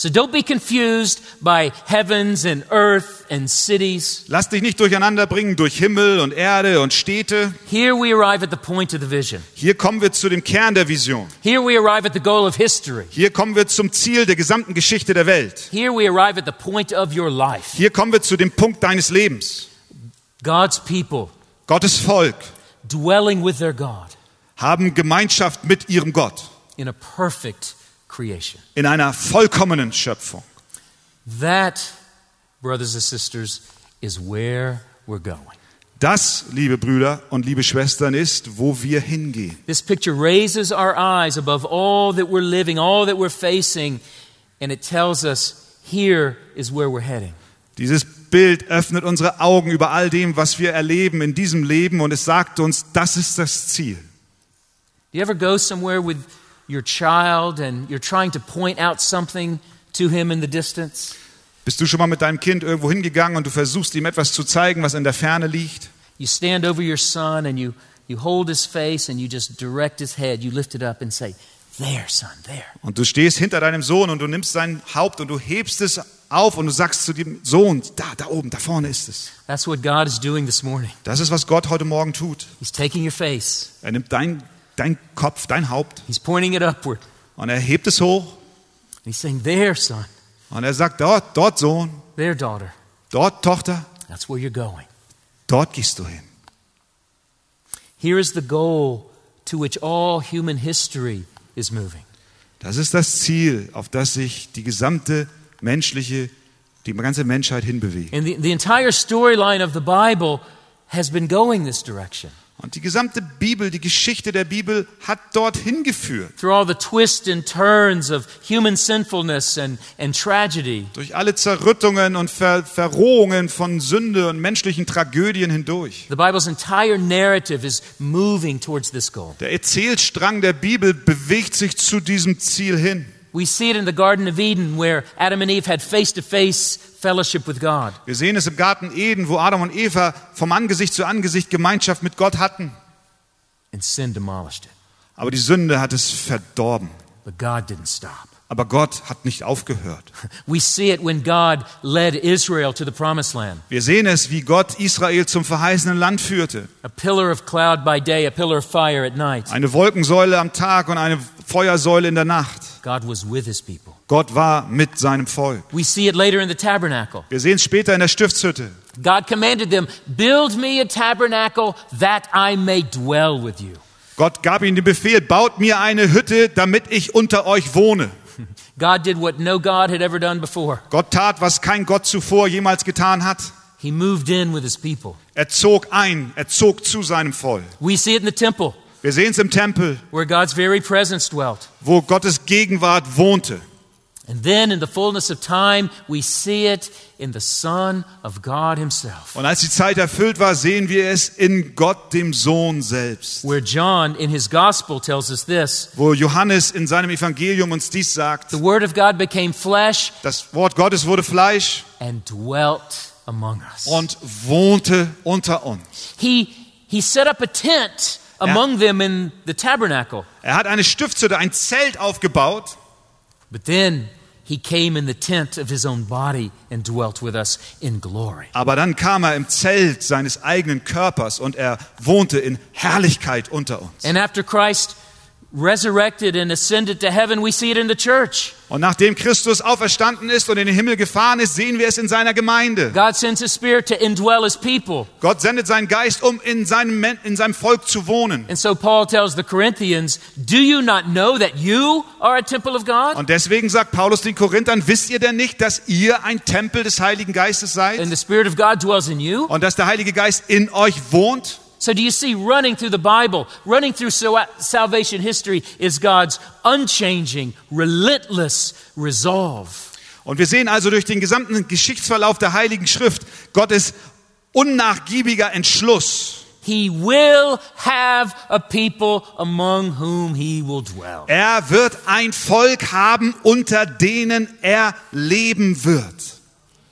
Speaker 1: So don't be confused by heavens and earth and cities.
Speaker 2: Lass dich nicht durcheinander bringen durch Himmel und Erde und Städte.
Speaker 1: Here we arrive at the point of the vision.
Speaker 2: Hier kommen wir zu dem Kern der Vision.
Speaker 1: Here we arrive at the goal of history.
Speaker 2: Hier kommen wir zum Ziel der gesamten Geschichte der Welt.
Speaker 1: Here we arrive at the point of your life.
Speaker 2: Hier kommen wir zu dem Punkt deines Lebens.
Speaker 1: God's people
Speaker 2: Gottes Volk
Speaker 1: dwelling with their God
Speaker 2: haben Gemeinschaft mit ihrem Gott
Speaker 1: in a perfect creation.
Speaker 2: in einer vollkommenen Schöpfung.
Speaker 1: That, brothers and sisters, is where we're going.
Speaker 2: Das, liebe Brüder und liebe Schwestern, ist, wo wir hingehen.
Speaker 1: This picture raises our eyes above all that we're living, all that we're facing, and it tells us here is where we're heading.
Speaker 2: Dieses Bild öffnet unsere Augen über all dem, was wir erleben in diesem Leben und es sagt uns, das ist das Ziel.
Speaker 1: Do you ever go somewhere with your child and you're trying to point out something to him in the distance?
Speaker 2: Bist du schon mal mit deinem Kind irgendwo hingegangen und du versuchst ihm etwas zu zeigen, was in der Ferne liegt?
Speaker 1: You stand over your son and you, you hold his face and you just direct his head. You lift it up and say, There, son, there.
Speaker 2: Und du stehst hinter deinem Sohn und du nimmst sein Haupt und du hebst es auf und du sagst zu dem Sohn, da, da oben, da vorne ist es.
Speaker 1: That's what God is doing this morning.
Speaker 2: Das ist, was Gott heute Morgen tut.
Speaker 1: He's taking your face,
Speaker 2: Er nimmt dein, dein Kopf, dein Haupt
Speaker 1: He's pointing it upward.
Speaker 2: und er hebt es hoch
Speaker 1: And he's saying, There, son,
Speaker 2: und er sagt, dort, dort Sohn,
Speaker 1: there, daughter.
Speaker 2: dort Tochter,
Speaker 1: That's where you're going.
Speaker 2: dort gehst du hin.
Speaker 1: Here is the goal to which all human history is moving.
Speaker 2: Das ist das Ziel, auf das sich die gesamte menschliche, die ganze Menschheit hinbewegt.
Speaker 1: And the, the entire storyline of the Bible has been going this direction.
Speaker 2: Und die gesamte Bibel, die Geschichte der Bibel hat dorthin geführt.
Speaker 1: Through all the twists and turns of human sinfulness and, and tragedy,
Speaker 2: Durch alle Zerrüttungen und Ver Verrohungen von Sünde und menschlichen Tragödien hindurch.
Speaker 1: the Bible's entire narrative is moving towards this goal.
Speaker 2: Der Erzählstrang der Bibel bewegt sich zu diesem Ziel hin.
Speaker 1: We see it in the Garden of Eden where Adam and Eve had face to face fellowship with God.
Speaker 2: Wir sehen es im Garten Eden, wo Adam und Eva vom Angesicht zu Angesicht Gemeinschaft mit Gott hatten.
Speaker 1: and sin demolished it.
Speaker 2: Aber die Sünde hat es verdorben.
Speaker 1: But God didn't stop.
Speaker 2: Aber Gott hat nicht aufgehört.
Speaker 1: We see it when God led Israel to the promised land
Speaker 2: Wir sehen es, wie Gott Israel zum verheißenen Land führte.
Speaker 1: a pillar of cloud by day, a pillar of fire at night.
Speaker 2: Eine Wolkensäule am Tag und eine Feuersäule in der Nacht.
Speaker 1: God was with his people.
Speaker 2: Gott war mit seinem Volk.
Speaker 1: We see it later in the tabernacle.
Speaker 2: Wir sehen es später in der Stiftshütte.
Speaker 1: God commanded them, Build me a tabernacle that I may dwell with you.
Speaker 2: Gott gab ihnen den Befehl, baut mir eine Hütte, damit ich unter euch wohne.
Speaker 1: God did what no God had ever done before.
Speaker 2: Gott tat, was kein Gott zuvor jemals getan hat.
Speaker 1: He moved in with his people.
Speaker 2: Er zog ein, er zog zu seinem Volk.
Speaker 1: We see it in the temple
Speaker 2: Wir sehen es im Tempel,
Speaker 1: where God's very presence dwelt.
Speaker 2: wo Gottes Gegenwart wohnte.
Speaker 1: And then in the fullness of time, we see it in the Son of God himself.
Speaker 2: Und als die Zeit erfüllt war, sehen wir es in Gott, dem Sohn selbst.
Speaker 1: where John in his gospel tells us this
Speaker 2: Wo Johannes in seinem Evangelium uns dies sagt.
Speaker 1: the Word of God became flesh
Speaker 2: Das Wort Gottes wurde Fleisch
Speaker 1: and dwelt among us.
Speaker 2: und wohnte unter uns.
Speaker 1: He, he set up a tent among them in the tabernacle,
Speaker 2: Er hat eine Stiftshütte, ein Zelt aufgebaut,
Speaker 1: but then he came in the tent of his own body and dwelt with us in glory.
Speaker 2: aber dann kam er im Zelt seines eigenen Körpers und er wohnte in Herrlichkeit unter uns.
Speaker 1: And after Christ resurrected and ascended to heaven, we see it in the church.
Speaker 2: Und nachdem Christus auferstanden ist und in den Himmel gefahren ist, sehen wir es in seiner Gemeinde.
Speaker 1: God sends his spirit to indwell his people.
Speaker 2: Gott sendet seinen Geist, um in seinem, Men- in seinem Volk zu wohnen.
Speaker 1: And so Paul tells the Corinthians, Do you not know that you are a temple of God?
Speaker 2: Und deswegen sagt Paulus den Korinthern, wisst ihr denn nicht, dass ihr ein Tempel des Heiligen Geistes
Speaker 1: And
Speaker 2: seid
Speaker 1: the Spirit of God dwells in you?
Speaker 2: und dass der Heilige Geist in euch wohnt?
Speaker 1: So, do you see running through the Bible, running through so- uh, salvation history is God's unchanging, relentless resolve?
Speaker 2: Und wir sehen also durch den gesamten Geschichtsverlauf der Heiligen Schrift Gottes unnachgiebiger Entschluss.
Speaker 1: He will have a people among whom he will dwell.
Speaker 2: Er wird ein Volk haben, unter denen er leben wird.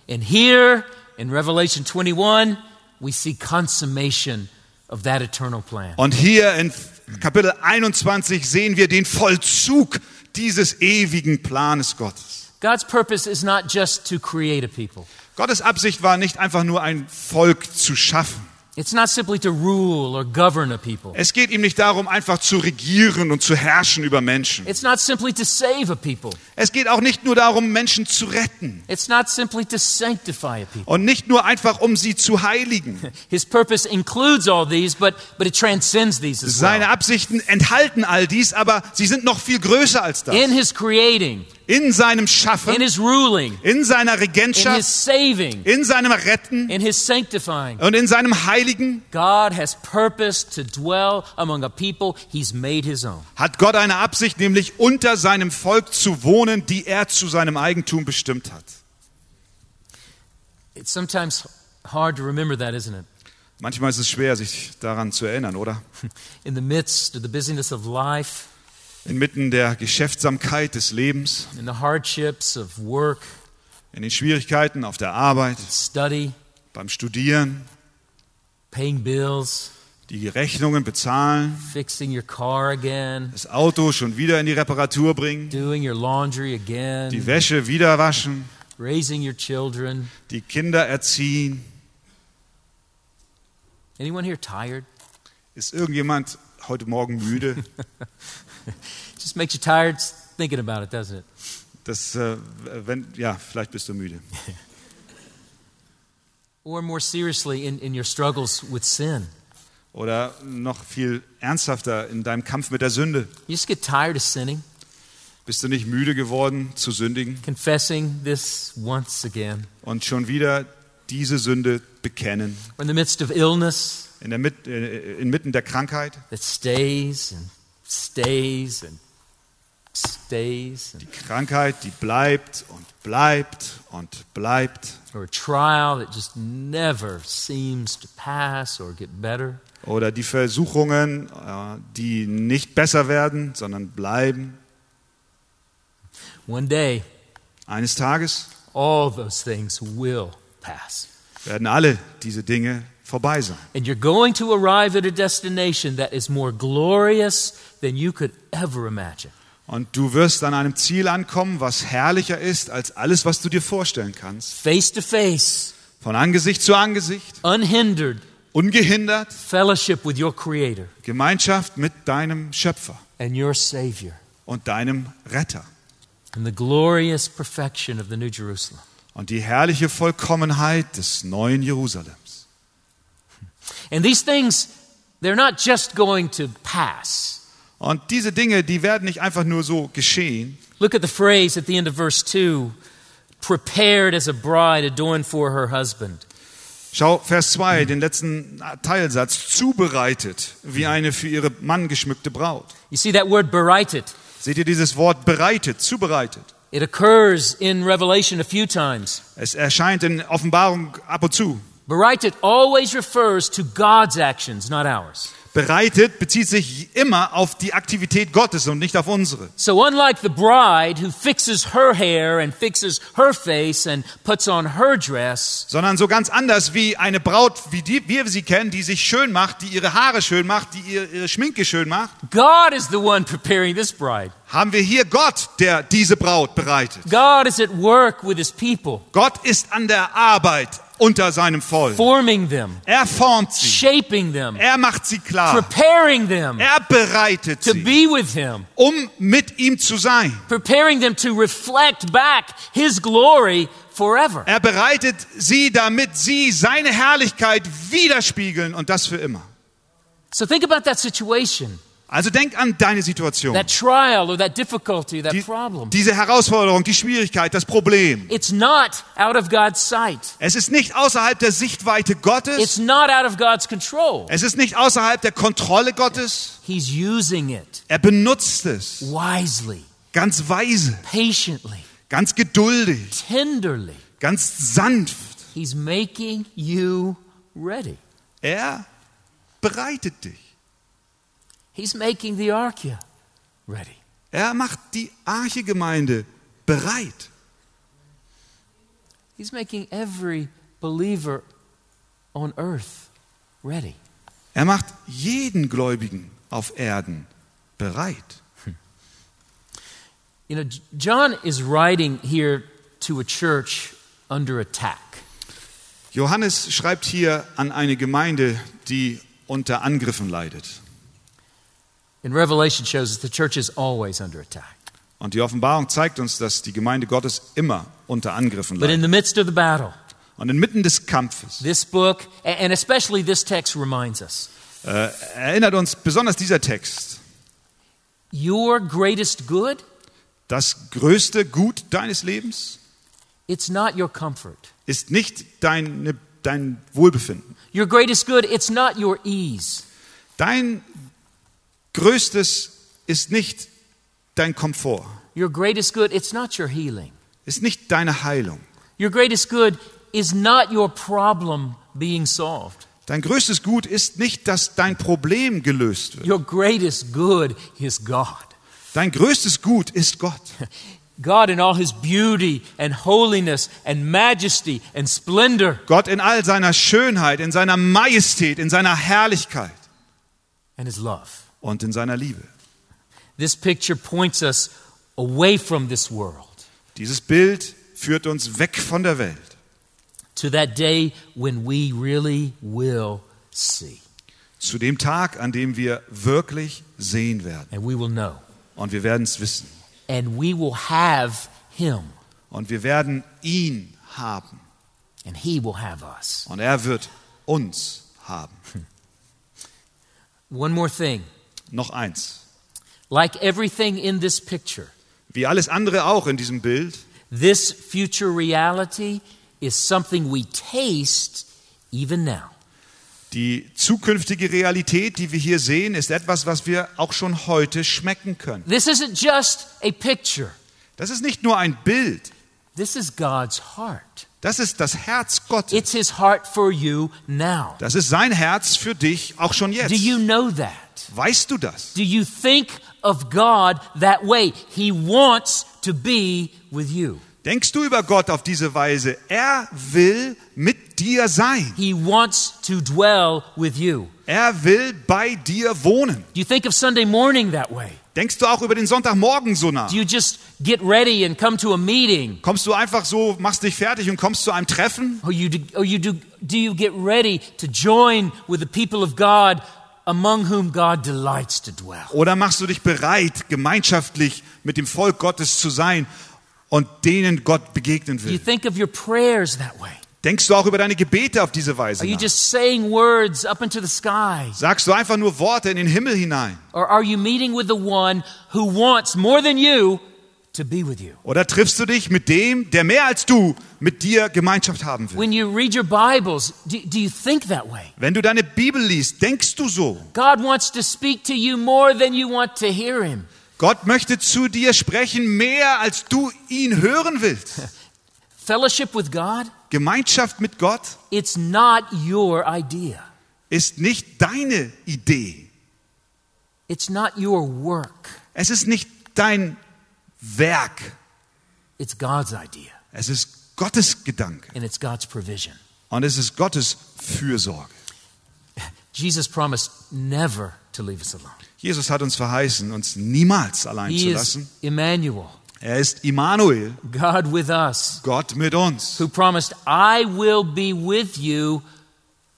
Speaker 1: And here in Revelation 21, we see consummation of that eternal plan.
Speaker 2: Und hier in Kapitel 21 sehen wir den Vollzug dieses ewigen Planes Gottes.
Speaker 1: God's purpose is not just to create a people,
Speaker 2: Gottes Absicht war nicht einfach nur ein Volk zu schaffen.
Speaker 1: it's not simply to rule or govern a people,
Speaker 2: Es geht ihm nicht darum, einfach zu regieren und zu herrschen über Menschen.
Speaker 1: it's not simply to save a people,
Speaker 2: Es geht auch nicht nur darum, Menschen zu retten
Speaker 1: it's not simply to sanctify a people.
Speaker 2: und nicht nur einfach, um sie zu heiligen.
Speaker 1: His purpose includes all these, but, but it transcends these as
Speaker 2: Seine
Speaker 1: well.
Speaker 2: Absichten enthalten all dies, aber sie sind noch viel größer als das.
Speaker 1: In his creating,
Speaker 2: in seinem Schaffen,
Speaker 1: in his ruling,
Speaker 2: in seiner
Speaker 1: in his
Speaker 2: Regentschaft,
Speaker 1: saving,
Speaker 2: in seinem Retten
Speaker 1: in his sanctifying.
Speaker 2: und in seinem Heiligen
Speaker 1: God has purposed to dwell among a people he's made his own.
Speaker 2: hat Gott eine Absicht, nämlich unter seinem Volk zu wohnen, die er zu seinem Eigentum bestimmt hat.
Speaker 1: It's sometimes hard to remember that, isn't it?
Speaker 2: Manchmal ist es schwer, sich daran zu erinnern, oder?
Speaker 1: In the midst of the busyness of life,
Speaker 2: Inmitten der Geschäftsamkeit des Lebens,
Speaker 1: in the hardships of work,
Speaker 2: in den Schwierigkeiten auf der Arbeit,
Speaker 1: study,
Speaker 2: beim Studieren,
Speaker 1: paying bills,
Speaker 2: die Rechnungen bezahlen,
Speaker 1: fixing your car again,
Speaker 2: das Auto schon wieder in die Reparatur bringen,
Speaker 1: doing your laundry
Speaker 2: die
Speaker 1: again,
Speaker 2: Wäsche wieder waschen,
Speaker 1: raising your children.
Speaker 2: die Kinder erziehen.
Speaker 1: Anyone here tired?
Speaker 2: Ist irgendjemand heute Morgen müde?
Speaker 1: It just makes you tired thinking about it, doesn't it?
Speaker 2: Das, äh, wenn, ja, vielleicht bist du müde.
Speaker 1: Or more seriously, in, in your struggles with sin.
Speaker 2: Oder noch viel ernsthafter in deinem Kampf mit der Sünde.
Speaker 1: You just get tired of sinning,
Speaker 2: Bist du nicht müde geworden zu sündigen
Speaker 1: confessing this once again.
Speaker 2: und schon wieder diese Sünde bekennen?
Speaker 1: Or in the midst of illness
Speaker 2: In der Mit, äh, inmitten der Krankheit,
Speaker 1: that stays and stays and stays, and,
Speaker 2: die Krankheit, die bleibt und bleibt und bleibt.
Speaker 1: or a trial that just never seems to pass or get better.
Speaker 2: Oder die Versuchungen, äh, die nicht besser werden, sondern bleiben.
Speaker 1: One day,
Speaker 2: Eines Tages
Speaker 1: all those things will pass.
Speaker 2: werden alle diese Dinge vorbei sein.
Speaker 1: And you're going to arrive at a destination that is more glorious than you could ever imagine.
Speaker 2: Und du wirst an einem Ziel ankommen, was herrlicher ist als alles, was du dir vorstellen kannst.
Speaker 1: Face to face,
Speaker 2: Von Angesicht zu Angesicht,
Speaker 1: unhindered
Speaker 2: ungehindert,
Speaker 1: fellowship with your Creator
Speaker 2: Gemeinschaft mit deinem Schöpfer
Speaker 1: and your Savior
Speaker 2: und deinem Retter.
Speaker 1: and the glorious perfection of the New Jerusalem.
Speaker 2: Und die herrliche Vollkommenheit des neuen Jerusalems.
Speaker 1: And these things, they're not just going to pass.
Speaker 2: Und diese Dinge, die werden nicht einfach nur so geschehen.
Speaker 1: Look at the phrase at the end of verse 2 prepared as a bride adorned for her husband.
Speaker 2: Schau Vers 2, den letzten Teilsatz, zubereitet wie eine für ihren Mann geschmückte Braut.
Speaker 1: You see that word bereitet?
Speaker 2: Seht ihr dieses Wort bereitet, zubereitet?
Speaker 1: It occurs in Revelation a few times.
Speaker 2: Es erscheint in Offenbarung ab und zu.
Speaker 1: Bereitet always refers to God's actions, not ours.
Speaker 2: Bereitet bezieht sich immer auf die Aktivität Gottes und nicht auf unsere.
Speaker 1: So, unlike the bride who fixes her hair and fixes her face and puts on her dress,
Speaker 2: Sondern so ganz anders wie eine Braut, wie die, wir sie kennen, die sich schön macht, die ihre Haare schön macht, die ihr, ihre Schminke schön macht,
Speaker 1: God is the one preparing this bride.
Speaker 2: haben wir hier Gott, der diese Braut bereitet.
Speaker 1: God is at work with his people,
Speaker 2: Gott ist an der Arbeit unter seinem Volk.
Speaker 1: forming them,
Speaker 2: Er formt sie.
Speaker 1: shaping them,
Speaker 2: Er macht sie klar.
Speaker 1: preparing them
Speaker 2: Er bereitet
Speaker 1: to
Speaker 2: sie,
Speaker 1: be with him,
Speaker 2: um mit ihm zu sein.
Speaker 1: preparing them to reflect back his glory forever.
Speaker 2: Er bereitet sie, damit sie seine Herrlichkeit widerspiegeln und das für immer.
Speaker 1: So, think about that situation,
Speaker 2: Also denk an deine Situation.
Speaker 1: that trial or that difficulty, that
Speaker 2: Die,
Speaker 1: problem.
Speaker 2: diese Herausforderung, die Schwierigkeit, das Problem.
Speaker 1: It's not out of God's sight.
Speaker 2: Es ist nicht außerhalb der Sichtweite Gottes.
Speaker 1: It's not out of God's control.
Speaker 2: Es ist nicht außerhalb der Kontrolle Gottes.
Speaker 1: He's using it
Speaker 2: Er benutzt es
Speaker 1: wisely,
Speaker 2: ganz weise,
Speaker 1: patiently,
Speaker 2: ganz geduldig,
Speaker 1: tenderly.
Speaker 2: ganz sanft.
Speaker 1: He's making you ready.
Speaker 2: Er bereitet dich.
Speaker 1: He's making the Arkia ready.
Speaker 2: Er macht die Arche-Gemeinde bereit.
Speaker 1: He's making every believer on earth ready.
Speaker 2: Er macht jeden Gläubigen auf Erden bereit.
Speaker 1: You know, J- John is writing here to a church under attack.
Speaker 2: Johannes schreibt hier an eine Gemeinde, die unter Angriffen leidet.
Speaker 1: And Revelation shows us the church is always under attack.
Speaker 2: Und die Offenbarung zeigt uns, dass die Gemeinde Gottes immer unter Angriffen
Speaker 1: But in
Speaker 2: leidet.
Speaker 1: the midst of the battle,
Speaker 2: Und inmitten des Kampfes
Speaker 1: This book, a- and especially this text, reminds us
Speaker 2: äh, erinnert uns besonders dieser Text,
Speaker 1: your greatest good
Speaker 2: Das größte Gut deines Lebens
Speaker 1: It's not your comfort.
Speaker 2: ist nicht deine, dein Wohlbefinden.
Speaker 1: Your greatest good, it's not your ease.
Speaker 2: Dein größtes ist nicht dein Komfort,
Speaker 1: Your greatest good, it's not your healing.
Speaker 2: ist nicht deine Heilung.
Speaker 1: Your greatest good is not your problem being solved.
Speaker 2: Dein größtes Gut ist nicht, dass dein Problem gelöst wird.
Speaker 1: Your greatest good is God.
Speaker 2: Dein größtes Gut ist Gott.
Speaker 1: God in all his beauty and holiness and majesty and splendor.
Speaker 2: Gott in all seiner Schönheit, in seiner Majestät, in seiner Herrlichkeit
Speaker 1: and his love.
Speaker 2: und in seiner Liebe.
Speaker 1: This picture points us away from this world
Speaker 2: Dieses Bild führt uns weg von der Welt
Speaker 1: to that day when we really will see
Speaker 2: zu dem Tag, an dem wir wirklich sehen werden.
Speaker 1: and we will know
Speaker 2: Und wir werden es wissen.
Speaker 1: and we will have him
Speaker 2: Und wir werden ihn haben.
Speaker 1: and he will have us.
Speaker 2: Und er wird uns haben.
Speaker 1: One more thing
Speaker 2: Noch eins.
Speaker 1: like everything in this picture,
Speaker 2: Wie alles andere auch in diesem Bild,
Speaker 1: this future reality is something we taste even now.
Speaker 2: die zukünftige Realität, die wir hier sehen, ist etwas, was wir auch schon heute schmecken können.
Speaker 1: This isn't just a picture,
Speaker 2: Das ist nicht nur ein Bild,
Speaker 1: this is God's heart.
Speaker 2: das ist das Herz Gottes.
Speaker 1: It's his heart for you now.
Speaker 2: Das ist sein Herz für dich auch schon jetzt.
Speaker 1: Do you know that?
Speaker 2: Weißt du das?
Speaker 1: Do you think of God that way? He wants to be with you.
Speaker 2: Denkst du über Gott auf diese Weise? Er will mit dir sein.
Speaker 1: He wants to dwell with you.
Speaker 2: Er will bei dir wohnen.
Speaker 1: Do you think of Sunday morning that way?
Speaker 2: Denkst du auch über den Sonntagmorgen so nach?
Speaker 1: Do you just get ready and come to a meeting?
Speaker 2: Kommst du einfach so, machst dich fertig und kommst zu einem Treffen?
Speaker 1: Or Oh, you do, or you do, do you get ready to join with the people of God among whom God delights to dwell?
Speaker 2: Oder machst du dich bereit, gemeinschaftlich mit dem Volk Gottes zu sein und denen Gott begegnen
Speaker 1: Do you
Speaker 2: will?
Speaker 1: think of your prayers that way?
Speaker 2: Denkst du auch über deine Gebete auf diese Weise
Speaker 1: Are you
Speaker 2: nach?
Speaker 1: just saying words up into the sky?
Speaker 2: Sagst du einfach nur Worte in den Himmel hinein?
Speaker 1: Or are you meeting with the one who wants more than you to be with you?
Speaker 2: Oder triffst du dich mit dem, der mehr als du mit dir Gemeinschaft haben will?
Speaker 1: When you read your Bibles, do, do you think that way?
Speaker 2: Wenn du deine Bibel liest, denkst du so?
Speaker 1: God wants to speak to you more than you want to hear Him.
Speaker 2: Gott möchte zu dir sprechen, mehr als du ihn hören willst.
Speaker 1: Fellowship with God,
Speaker 2: Gemeinschaft mit Gott
Speaker 1: it's not your idea,
Speaker 2: ist nicht deine Idee.
Speaker 1: it's not your work,
Speaker 2: Es ist nicht dein Werk.
Speaker 1: it's God's idea,
Speaker 2: Es ist Gottes Gedanke.
Speaker 1: and it's God's provision.
Speaker 2: Und es ist Gottes Fürsorge.
Speaker 1: Jesus promised never to leave us alone.
Speaker 2: Jesus hat uns verheißen, uns niemals allein zu
Speaker 1: He is
Speaker 2: lassen.
Speaker 1: Emmanuel,
Speaker 2: Er ist Immanuel,
Speaker 1: God with us,
Speaker 2: Gott mit uns.
Speaker 1: who promised, I will be with you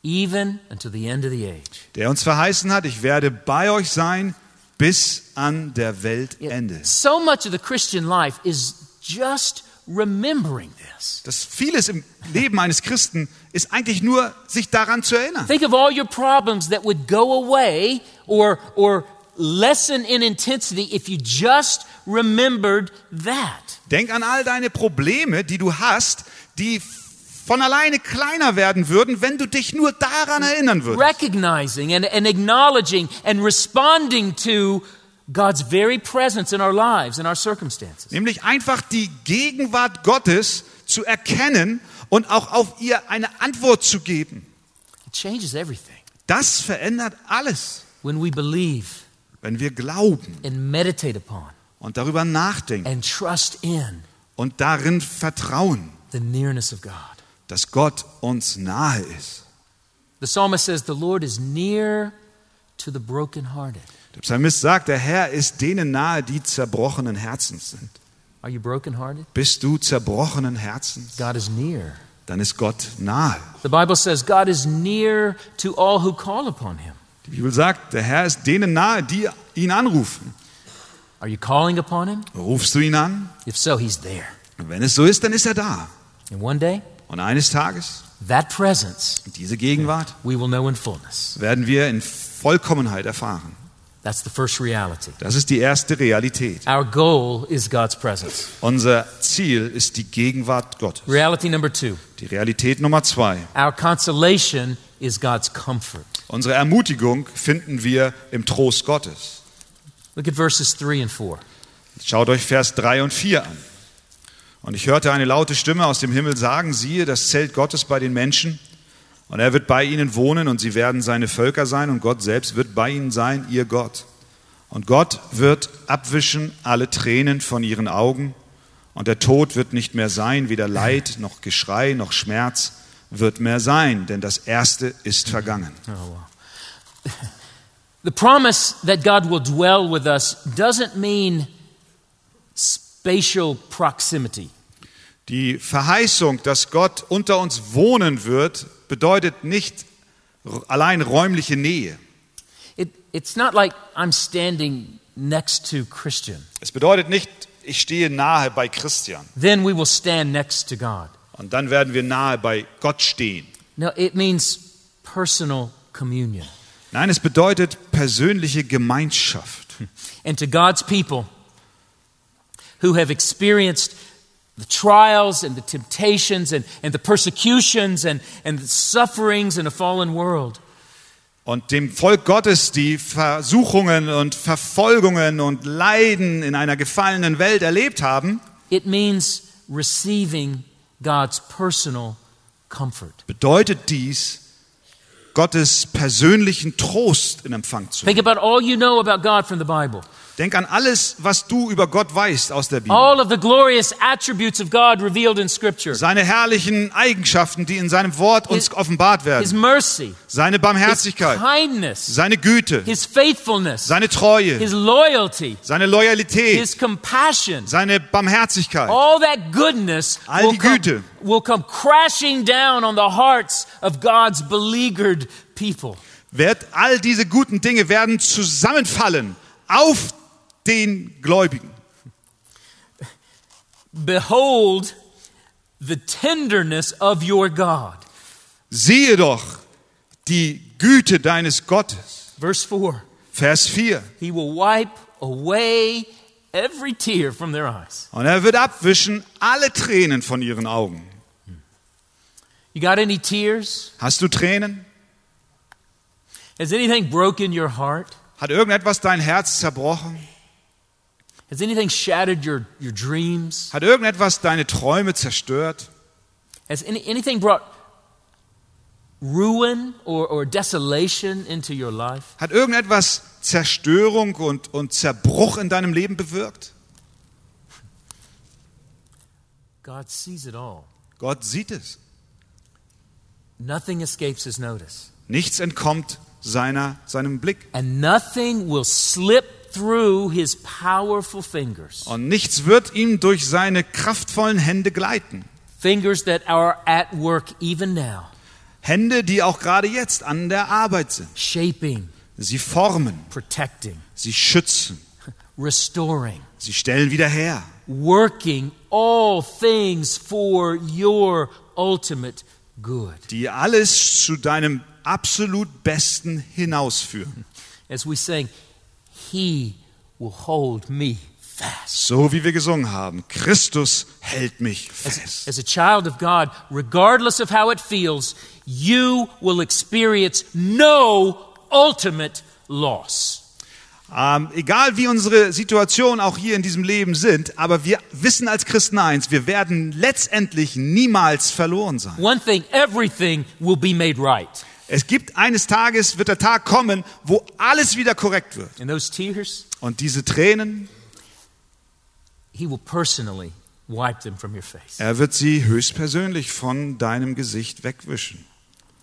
Speaker 1: even until the end of the age.
Speaker 2: Der uns verheißen hat, ich werde bei euch sein bis an der
Speaker 1: Yet
Speaker 2: Weltende.
Speaker 1: So much of the Christian life is just remembering this.
Speaker 2: Das vieles im Leben eines Christen ist eigentlich nur, sich daran zu erinnern.
Speaker 1: Think of all your problems that would go away or, or lessen in intensity if you just remembered that.
Speaker 2: Denk an all deine Probleme, die du hast, die von alleine kleiner werden würden, wenn du dich nur daran erinnern würdest.
Speaker 1: Recognizing and, and acknowledging and responding to God's very presence in our lives and our circumstances.
Speaker 2: Nämlich einfach die Gegenwart Gottes zu erkennen und auch auf ihr eine Antwort zu geben.
Speaker 1: It changes everything
Speaker 2: Das verändert alles,
Speaker 1: when we believe
Speaker 2: wenn wir glauben
Speaker 1: and meditate upon
Speaker 2: und darüber nachdenken
Speaker 1: and trust in
Speaker 2: und darin vertrauen,
Speaker 1: the nearness of God.
Speaker 2: dass Gott uns nahe ist.
Speaker 1: The psalmist says, The Lord is near to the brokenhearted.
Speaker 2: Der Psalmist sagt, der Herr ist denen nahe, die zerbrochenen Herzens sind.
Speaker 1: Are you brokenhearted?
Speaker 2: Bist du zerbrochenen Herzens,
Speaker 1: God is near.
Speaker 2: dann ist Gott nahe.
Speaker 1: The Bible says God is near to all who call upon him.
Speaker 2: Die Bibel sagt, der Herr ist denen nahe, die ihn anrufen.
Speaker 1: Are you calling upon him?
Speaker 2: Rufst du ihn an?
Speaker 1: If so, he's there.
Speaker 2: Und wenn es so ist, dann ist er da.
Speaker 1: And one day,
Speaker 2: Und eines Tages,
Speaker 1: that presence
Speaker 2: diese Gegenwart,
Speaker 1: we will know in fullness.
Speaker 2: werden wir in Vollkommenheit erfahren.
Speaker 1: That's the first reality.
Speaker 2: Das ist die erste Realität.
Speaker 1: Our goal is God's presence.
Speaker 2: Unser Ziel ist die Gegenwart Gottes.
Speaker 1: Reality number two
Speaker 2: Die Realität Nummer zwei.
Speaker 1: our consolation is God's comfort.
Speaker 2: Unsere Ermutigung finden wir im Trost Gottes.
Speaker 1: Look at verses three and four.
Speaker 2: Schaut euch Vers 3 und 4 an. Und ich hörte eine laute Stimme aus dem Himmel sagen, siehe, das Zelt Gottes bei den Menschen, und er wird bei ihnen wohnen, und sie werden seine Völker sein, und Gott selbst wird bei ihnen sein, ihr Gott. Und Gott wird abwischen alle Tränen von ihren Augen, und der Tod wird nicht mehr sein, weder Leid noch Geschrei noch Schmerz wird mehr sein, denn das Erste ist vergangen.
Speaker 1: The promise that God will dwell with us doesn't mean spatial proximity.
Speaker 2: Die Verheißung, dass Gott unter uns wohnen wird, bedeutet nicht r- allein räumliche Nähe.
Speaker 1: It, it's not like I'm standing next to Christian.
Speaker 2: Es bedeutet nicht, ich stehe nahe bei Christian
Speaker 1: Then we will stand next to God.
Speaker 2: und dann werden wir nahe bei Gott stehen.
Speaker 1: No, it means personal communion.
Speaker 2: Nein, es bedeutet persönliche Gemeinschaft.
Speaker 1: And to God's people who have experienced the trials and the temptations and, and the persecutions and, and the sufferings in a fallen world,
Speaker 2: Und dem Volk Gottes, die Versuchungen und Verfolgungen und Leiden in einer gefallenen Welt erlebt haben,
Speaker 1: it means receiving God's personal comfort.
Speaker 2: bedeutet dies, Gottes persönlichen Trost in Empfang zu nehmen.
Speaker 1: Think about all you know about God from the Bible.
Speaker 2: Denk an alles, was du über Gott weißt aus der Bibel.
Speaker 1: All of the glorious attributes of God revealed in Scripture
Speaker 2: seine herrlichen Eigenschaften, die in seinem Wort uns
Speaker 1: His-
Speaker 2: offenbart
Speaker 1: His
Speaker 2: werden,
Speaker 1: mercy,
Speaker 2: seine
Speaker 1: His
Speaker 2: Barmherzigkeit,
Speaker 1: kindness,
Speaker 2: seine Güte,
Speaker 1: His faithfulness,
Speaker 2: seine Treue,
Speaker 1: His loyalty,
Speaker 2: seine Loyalität,
Speaker 1: His compassion.
Speaker 2: seine Barmherzigkeit.
Speaker 1: All that goodness
Speaker 2: All
Speaker 1: will
Speaker 2: die
Speaker 1: come,
Speaker 2: Güte.
Speaker 1: will come crashing down on the hearts of God's beleaguered people.
Speaker 2: Wird all diese guten Dinge werden zusammenfallen auf den Gläubigen.
Speaker 1: Behold the tenderness of your God.
Speaker 2: Siehe doch die Güte deines Gottes.
Speaker 1: Verse 4
Speaker 2: Vers 4.
Speaker 1: He will wipe away every tear from their eyes.
Speaker 2: Und er wird abwischen alle Tränen von ihren Augen.
Speaker 1: You got any tears?
Speaker 2: Hast du Tränen?
Speaker 1: Has anything broken your heart?
Speaker 2: Hat irgendetwas dein Herz zerbrochen?
Speaker 1: Has anything shattered your, your dreams?
Speaker 2: Hat irgendetwas deine Träume zerstört?
Speaker 1: Has any, anything brought ruin or, or desolation into your life?
Speaker 2: Hat irgendetwas Zerstörung und, und Zerbruch in deinem Leben bewirkt?
Speaker 1: God sees it all.
Speaker 2: Gott sieht es.
Speaker 1: Nothing escapes his notice.
Speaker 2: Nichts entkommt seiner, seinem Blick.
Speaker 1: And nothing will slip through his powerful fingers.
Speaker 2: Und nichts wird ihm durch seine kraftvollen Hände gleiten.
Speaker 1: Fingers that are at work even now,
Speaker 2: Hände, die auch gerade jetzt an der Arbeit sind.
Speaker 1: shaping,
Speaker 2: Sie formen,
Speaker 1: protecting,
Speaker 2: sie schützen,
Speaker 1: restoring,
Speaker 2: sie stellen wieder her.
Speaker 1: working all things for your ultimate good.
Speaker 2: Die alles zu deinem absolut Besten hinausführen.
Speaker 1: As we sing, He will hold me fast.
Speaker 2: So wie wir gesungen haben. Christus hält mich
Speaker 1: As,
Speaker 2: fest.
Speaker 1: as a child of God, regardless of how it feels, you will experience no ultimate loss.
Speaker 2: Ähm, egal wie unsere Situationen auch hier in diesem Leben sind, aber wir wissen als Christen eins, wir werden letztendlich niemals verloren sein.
Speaker 1: One thing, everything will be made right.
Speaker 2: Es gibt eines Tages, wird der Tag kommen, wo alles wieder korrekt wird.
Speaker 1: And those tears,
Speaker 2: Und diese Tränen,
Speaker 1: He will personally wipe them from your face.
Speaker 2: er wird sie höchstpersönlich von deinem Gesicht wegwischen.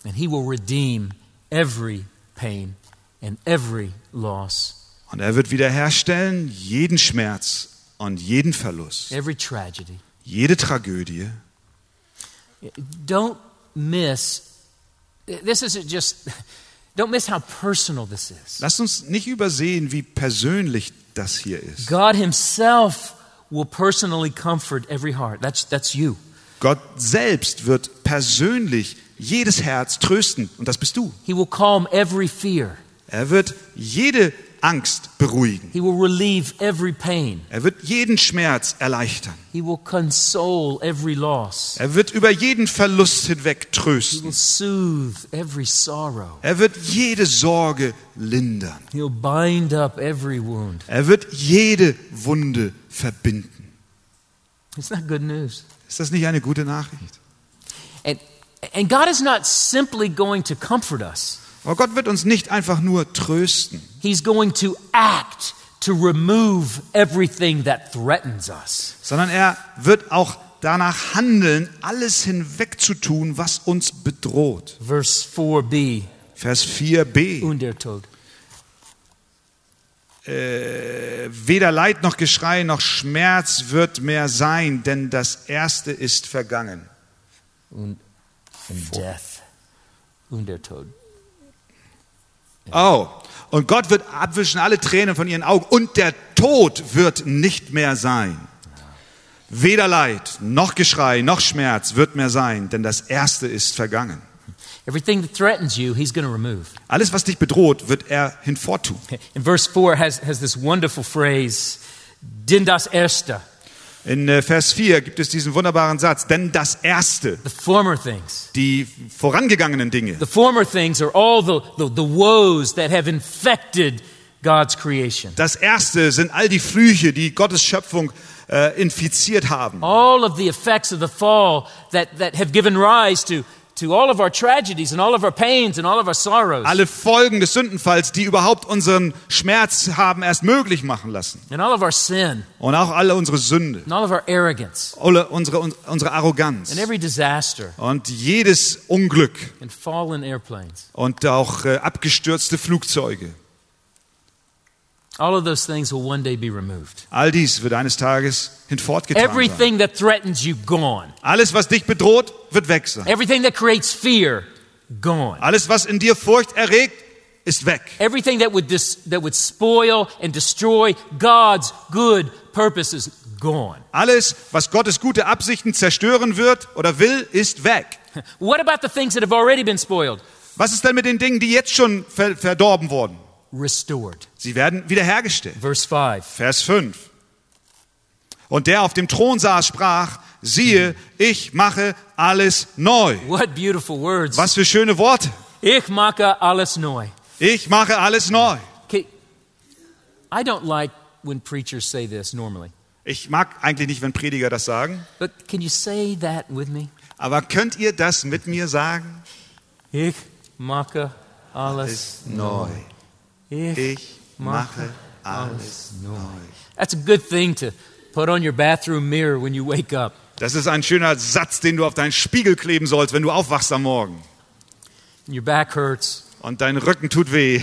Speaker 1: And He will redeem every pain and every loss,
Speaker 2: Und er wird wiederherstellen jeden Schmerz und jeden Verlust,
Speaker 1: every tragedy.
Speaker 2: jede Tragödie.
Speaker 1: Don't miss, this isn't just, don't miss how personal this is.
Speaker 2: Lasst uns nicht übersehen, wie persönlich das hier ist.
Speaker 1: God Himself will personally comfort every heart. That's, that's you.
Speaker 2: Gott selbst wird persönlich jedes Herz trösten und das bist du.
Speaker 1: He will calm every fear.
Speaker 2: Er wird jede Angst beruhigen.
Speaker 1: He will relieve every pain.
Speaker 2: Er wird jeden Schmerz erleichtern.
Speaker 1: He will console every loss.
Speaker 2: Er wird über jeden Verlust hinweg
Speaker 1: He will
Speaker 2: trösten.
Speaker 1: soothe every sorrow.
Speaker 2: Er wird jede Sorge lindern.
Speaker 1: He'll bind up every wound.
Speaker 2: Er wird jede Wunde verbinden.
Speaker 1: It's not good news.
Speaker 2: Ist das nicht eine gute Nachricht?
Speaker 1: And, and God is not simply going to comfort us,
Speaker 2: Aber Gott wird uns nicht einfach nur trösten.
Speaker 1: He's going to act to remove everything that threatens us.
Speaker 2: sondern er wird auch danach handeln, alles hinwegzutun, was uns bedroht.
Speaker 1: Verse 4b,
Speaker 2: Vers 4b.
Speaker 1: Untertod.
Speaker 2: Weder Leid noch Geschrei noch Schmerz wird mehr sein, denn das Erste ist vergangen.
Speaker 1: Und, and death. Untertod.
Speaker 2: Oh, und Gott wird abwischen alle Tränen von ihren Augen und der Tod wird nicht mehr sein. Weder Leid noch Geschrei noch Schmerz wird mehr sein, denn das Erste ist vergangen.
Speaker 1: Everything that threatens you, He's going to remove.
Speaker 2: Alles, was dich bedroht, wird er hinvortun.
Speaker 1: And verse 4 has, has this wonderful phrase, Dindas Ersta,
Speaker 2: In äh, Vers 4 gibt es diesen wunderbaren Satz, denn das Erste,
Speaker 1: the former things.
Speaker 2: die vorangegangenen Dinge,
Speaker 1: The former things are all the, the, the woes that have infected God's creation.
Speaker 2: das Erste sind all die Flüche, die Gottes Schöpfung äh, infiziert haben.
Speaker 1: All of the effects of the fall that, that have given rise to, to all of our tragedies and all of our pains and all of our sorrows
Speaker 2: Alle Folgen des Sündenfalls, die überhaupt unseren Schmerz haben erst möglich machen lassen.
Speaker 1: and all of our sin
Speaker 2: Und auch alle unsere Sünde,
Speaker 1: and all of our arrogance
Speaker 2: alle unsere, un- unsere
Speaker 1: and
Speaker 2: Arroganz
Speaker 1: every disaster
Speaker 2: und jedes Unglück
Speaker 1: and fallen airplanes.
Speaker 2: und auch äh, abgestürzte Flugzeuge.
Speaker 1: All of those things will one day be removed.
Speaker 2: All dies wird eines Tages hinfortgetan sein.
Speaker 1: Everything that threatens you, gone.
Speaker 2: Alles, was dich bedroht, wird weg sein.
Speaker 1: Everything that creates fear, gone.
Speaker 2: Alles, was in dir Furcht erregt, ist weg.
Speaker 1: Everything that would, dis- that would spoil and destroy God's good purposes, gone.
Speaker 2: Alles, was Gottes gute Absichten zerstören wird oder will, ist weg.
Speaker 1: What about the things that have already been spoiled?
Speaker 2: Was ist denn mit den Dingen, die jetzt schon ver verdorben wurden?
Speaker 1: Restored.
Speaker 2: Sie werden wiederhergestellt.
Speaker 1: Verse 5.
Speaker 2: Vers 5. Und der auf dem Thron saß, sprach, siehe, ich mache alles neu.
Speaker 1: What beautiful words.
Speaker 2: Was für schöne Worte.
Speaker 1: Ich mache alles neu.
Speaker 2: Ich mache alles neu.
Speaker 1: Okay. I don't like when preachers say this normally,
Speaker 2: Ich mag eigentlich nicht, wenn Prediger das sagen,
Speaker 1: but can you say that with me?
Speaker 2: aber könnt ihr das mit mir sagen?
Speaker 1: Ich mache alles.
Speaker 2: Ist neu.
Speaker 1: Ich.
Speaker 2: Ich mache alles neu.
Speaker 1: That's a good thing to put on your bathroom mirror when you wake up.
Speaker 2: Das ist ein schöner Satz, den du auf deinen Spiegel kleben sollst, wenn du aufwachst am Morgen.
Speaker 1: And your back hurts,
Speaker 2: Und dein Rücken tut weh.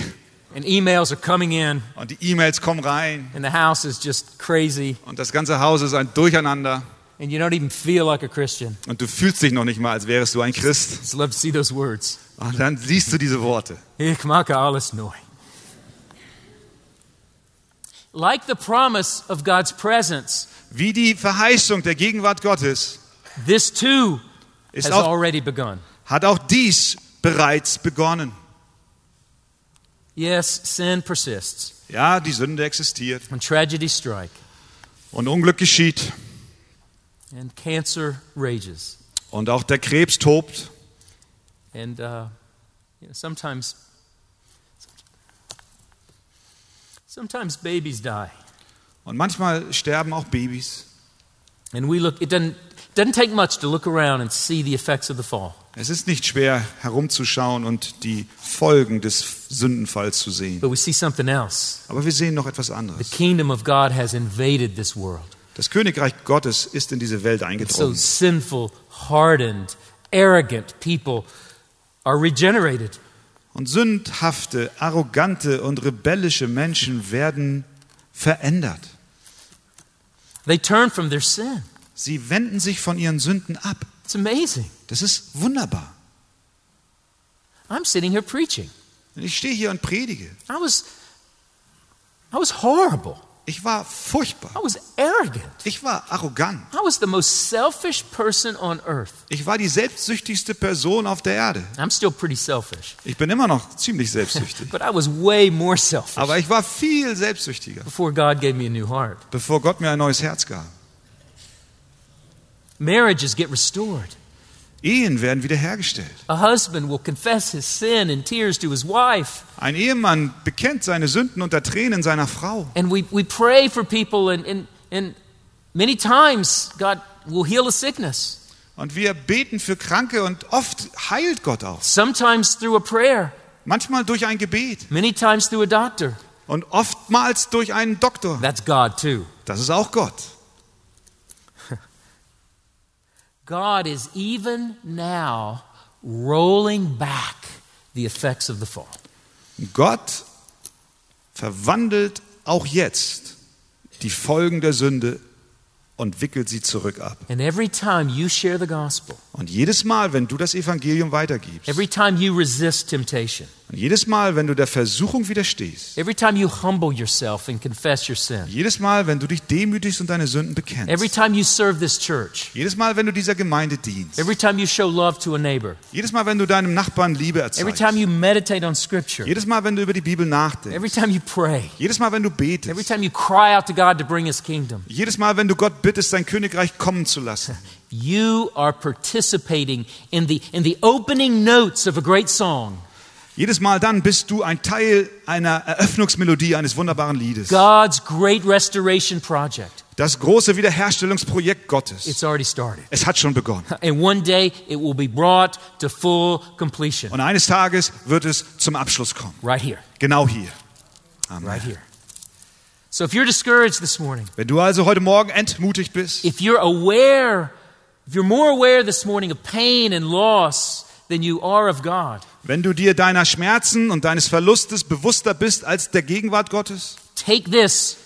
Speaker 1: and emails are coming in,
Speaker 2: Und die E-Mails kommen rein.
Speaker 1: and the house is just crazy.
Speaker 2: Und das ganze Haus ist ein Durcheinander.
Speaker 1: and you don't even feel like a Christian.
Speaker 2: Und du fühlst dich noch nicht mal, als wärest du ein Christ.
Speaker 1: Just love to see those words.
Speaker 2: Und dann siehst du diese Worte.
Speaker 1: Ich mache alles neu. Like the promise of God's presence,
Speaker 2: Wie die Verheißung der Gegenwart Gottes
Speaker 1: this too
Speaker 2: ist
Speaker 1: has
Speaker 2: auch,
Speaker 1: already begun.
Speaker 2: hat auch dies bereits begonnen.
Speaker 1: Yes, sin persists
Speaker 2: Ja, die Sünde existiert.
Speaker 1: when tragedies strike
Speaker 2: Und Unglück geschieht.
Speaker 1: and cancer rages.
Speaker 2: Und auch der Krebs tobt.
Speaker 1: And uh, you know, sometimes, sometimes babies die.
Speaker 2: Und manchmal sterben auch Babys.
Speaker 1: And we look, it doesn't, doesn't take much to look around and see the effects of the fall.
Speaker 2: Es ist nicht schwer herumzuschauen und die Folgen des Sündenfalls zu sehen.
Speaker 1: But we see something else.
Speaker 2: Aber wir sehen noch etwas
Speaker 1: The
Speaker 2: anderes.
Speaker 1: kingdom of God has invaded this world.
Speaker 2: Das Königreich Gottes ist in diese Welt
Speaker 1: So
Speaker 2: eingedrungen.
Speaker 1: sinful, hardened, arrogant people are regenerated.
Speaker 2: Und sündhafte, arrogante und rebellische Menschen werden verändert.
Speaker 1: They turn from their sin.
Speaker 2: Sie wenden sich von ihren Sünden ab.
Speaker 1: It's amazing.
Speaker 2: Das ist wunderbar.
Speaker 1: I'm sitting here preaching.
Speaker 2: Ich stehe hier und predige.
Speaker 1: I was I was horrible.
Speaker 2: Ich war furchtbar.
Speaker 1: I was arrogant.
Speaker 2: Ich war arrogant.
Speaker 1: I was the most selfish person on earth.
Speaker 2: Ich war die selbstsüchtigste Person auf der Erde.
Speaker 1: I'm still pretty selfish,
Speaker 2: Ich bin immer noch ziemlich selbstsüchtig.
Speaker 1: but I was way more selfish
Speaker 2: Aber ich war viel selbstsüchtiger,
Speaker 1: before God gave me a new heart.
Speaker 2: bevor Gott mir ein neues Herz gab.
Speaker 1: Marriages get restored.
Speaker 2: Ehen werden wiederhergestellt.
Speaker 1: A husband will confess his sin in tears to his wife.
Speaker 2: Ein Ehemann bekennt seine Sünden unter Tränen seiner Frau.
Speaker 1: And we, we pray for people, and, and, and many times God will heal a sickness,
Speaker 2: Und wir beten für Kranke und oft heilt Gott auch.
Speaker 1: sometimes through a prayer,
Speaker 2: Manchmal durch ein Gebet
Speaker 1: many times through a doctor.
Speaker 2: und oftmals durch einen Doktor.
Speaker 1: That's God, too.
Speaker 2: Das ist auch Gott.
Speaker 1: God is even now rolling back the effects of the fall.
Speaker 2: Gott verwandelt auch jetzt die Folgen der Sünde und wickelt sie zurück ab.
Speaker 1: And every time you share the gospel,
Speaker 2: Und jedes Mal, wenn du das Evangelium weitergibst,
Speaker 1: every time you resist temptation,
Speaker 2: und jedes Mal, wenn du der Versuchung widerstehst,
Speaker 1: every time you humble yourself and confess your sin,
Speaker 2: jedes Mal, wenn du dich demütigst und deine Sünden
Speaker 1: every
Speaker 2: bekennst,
Speaker 1: time you serve this church,
Speaker 2: jedes Mal, wenn du dieser Gemeinde dienst,
Speaker 1: every time you show love to a neighbor,
Speaker 2: jedes Mal, wenn du deinem Nachbarn Liebe
Speaker 1: every time
Speaker 2: erzeigst,
Speaker 1: you meditate on scripture,
Speaker 2: jedes Mal, wenn du über die Bibel nachdenkst,
Speaker 1: every time you pray,
Speaker 2: jedes Mal, wenn du
Speaker 1: every
Speaker 2: betest,
Speaker 1: time you cry out to God to bring his kingdom,
Speaker 2: jedes Mal, wenn du Gott bittest, sein Königreich kommen zu lassen,
Speaker 1: you are participating in the, in the opening notes of a great song.
Speaker 2: jedes Mal dann bist du ein Teil einer Eröffnungsmelodie eines wunderbaren Liedes.
Speaker 1: God's great restoration project.
Speaker 2: Das große Wiederherstellungsprojekt Gottes.
Speaker 1: It's already started.
Speaker 2: Es hat schon begonnen.
Speaker 1: And one day it will be brought to full completion.
Speaker 2: Und eines Tages wird es zum Abschluss kommen.
Speaker 1: Right here.
Speaker 2: Genau hier. Amen.
Speaker 1: Right here. So if you're discouraged this morning,
Speaker 2: Wenn du also heute Morgen entmutigt bist,
Speaker 1: if you're aware, if you're more aware this morning of pain and loss than you are of God,
Speaker 2: wenn du dir deiner Schmerzen und deines Verlustes bewusster bist als der Gegenwart Gottes,
Speaker 1: take this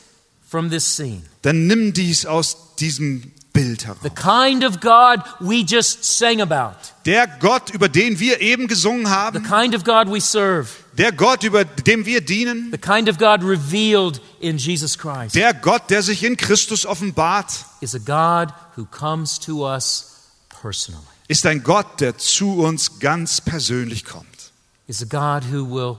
Speaker 1: from this scene.
Speaker 2: dann nimm dies aus diesem Bild heraus.
Speaker 1: The kind of God we just sang about,
Speaker 2: Der Gott, über den wir eben gesungen
Speaker 1: the
Speaker 2: haben,
Speaker 1: kind of God we serve,
Speaker 2: der Gott, über dem wir dienen,
Speaker 1: the kind of God revealed in Jesus Christ,
Speaker 2: der Gott, der sich in Christus offenbart,
Speaker 1: is a God who comes to us personally,
Speaker 2: ist ein Gott, der zu uns ganz persönlich kommt.
Speaker 1: is a God who will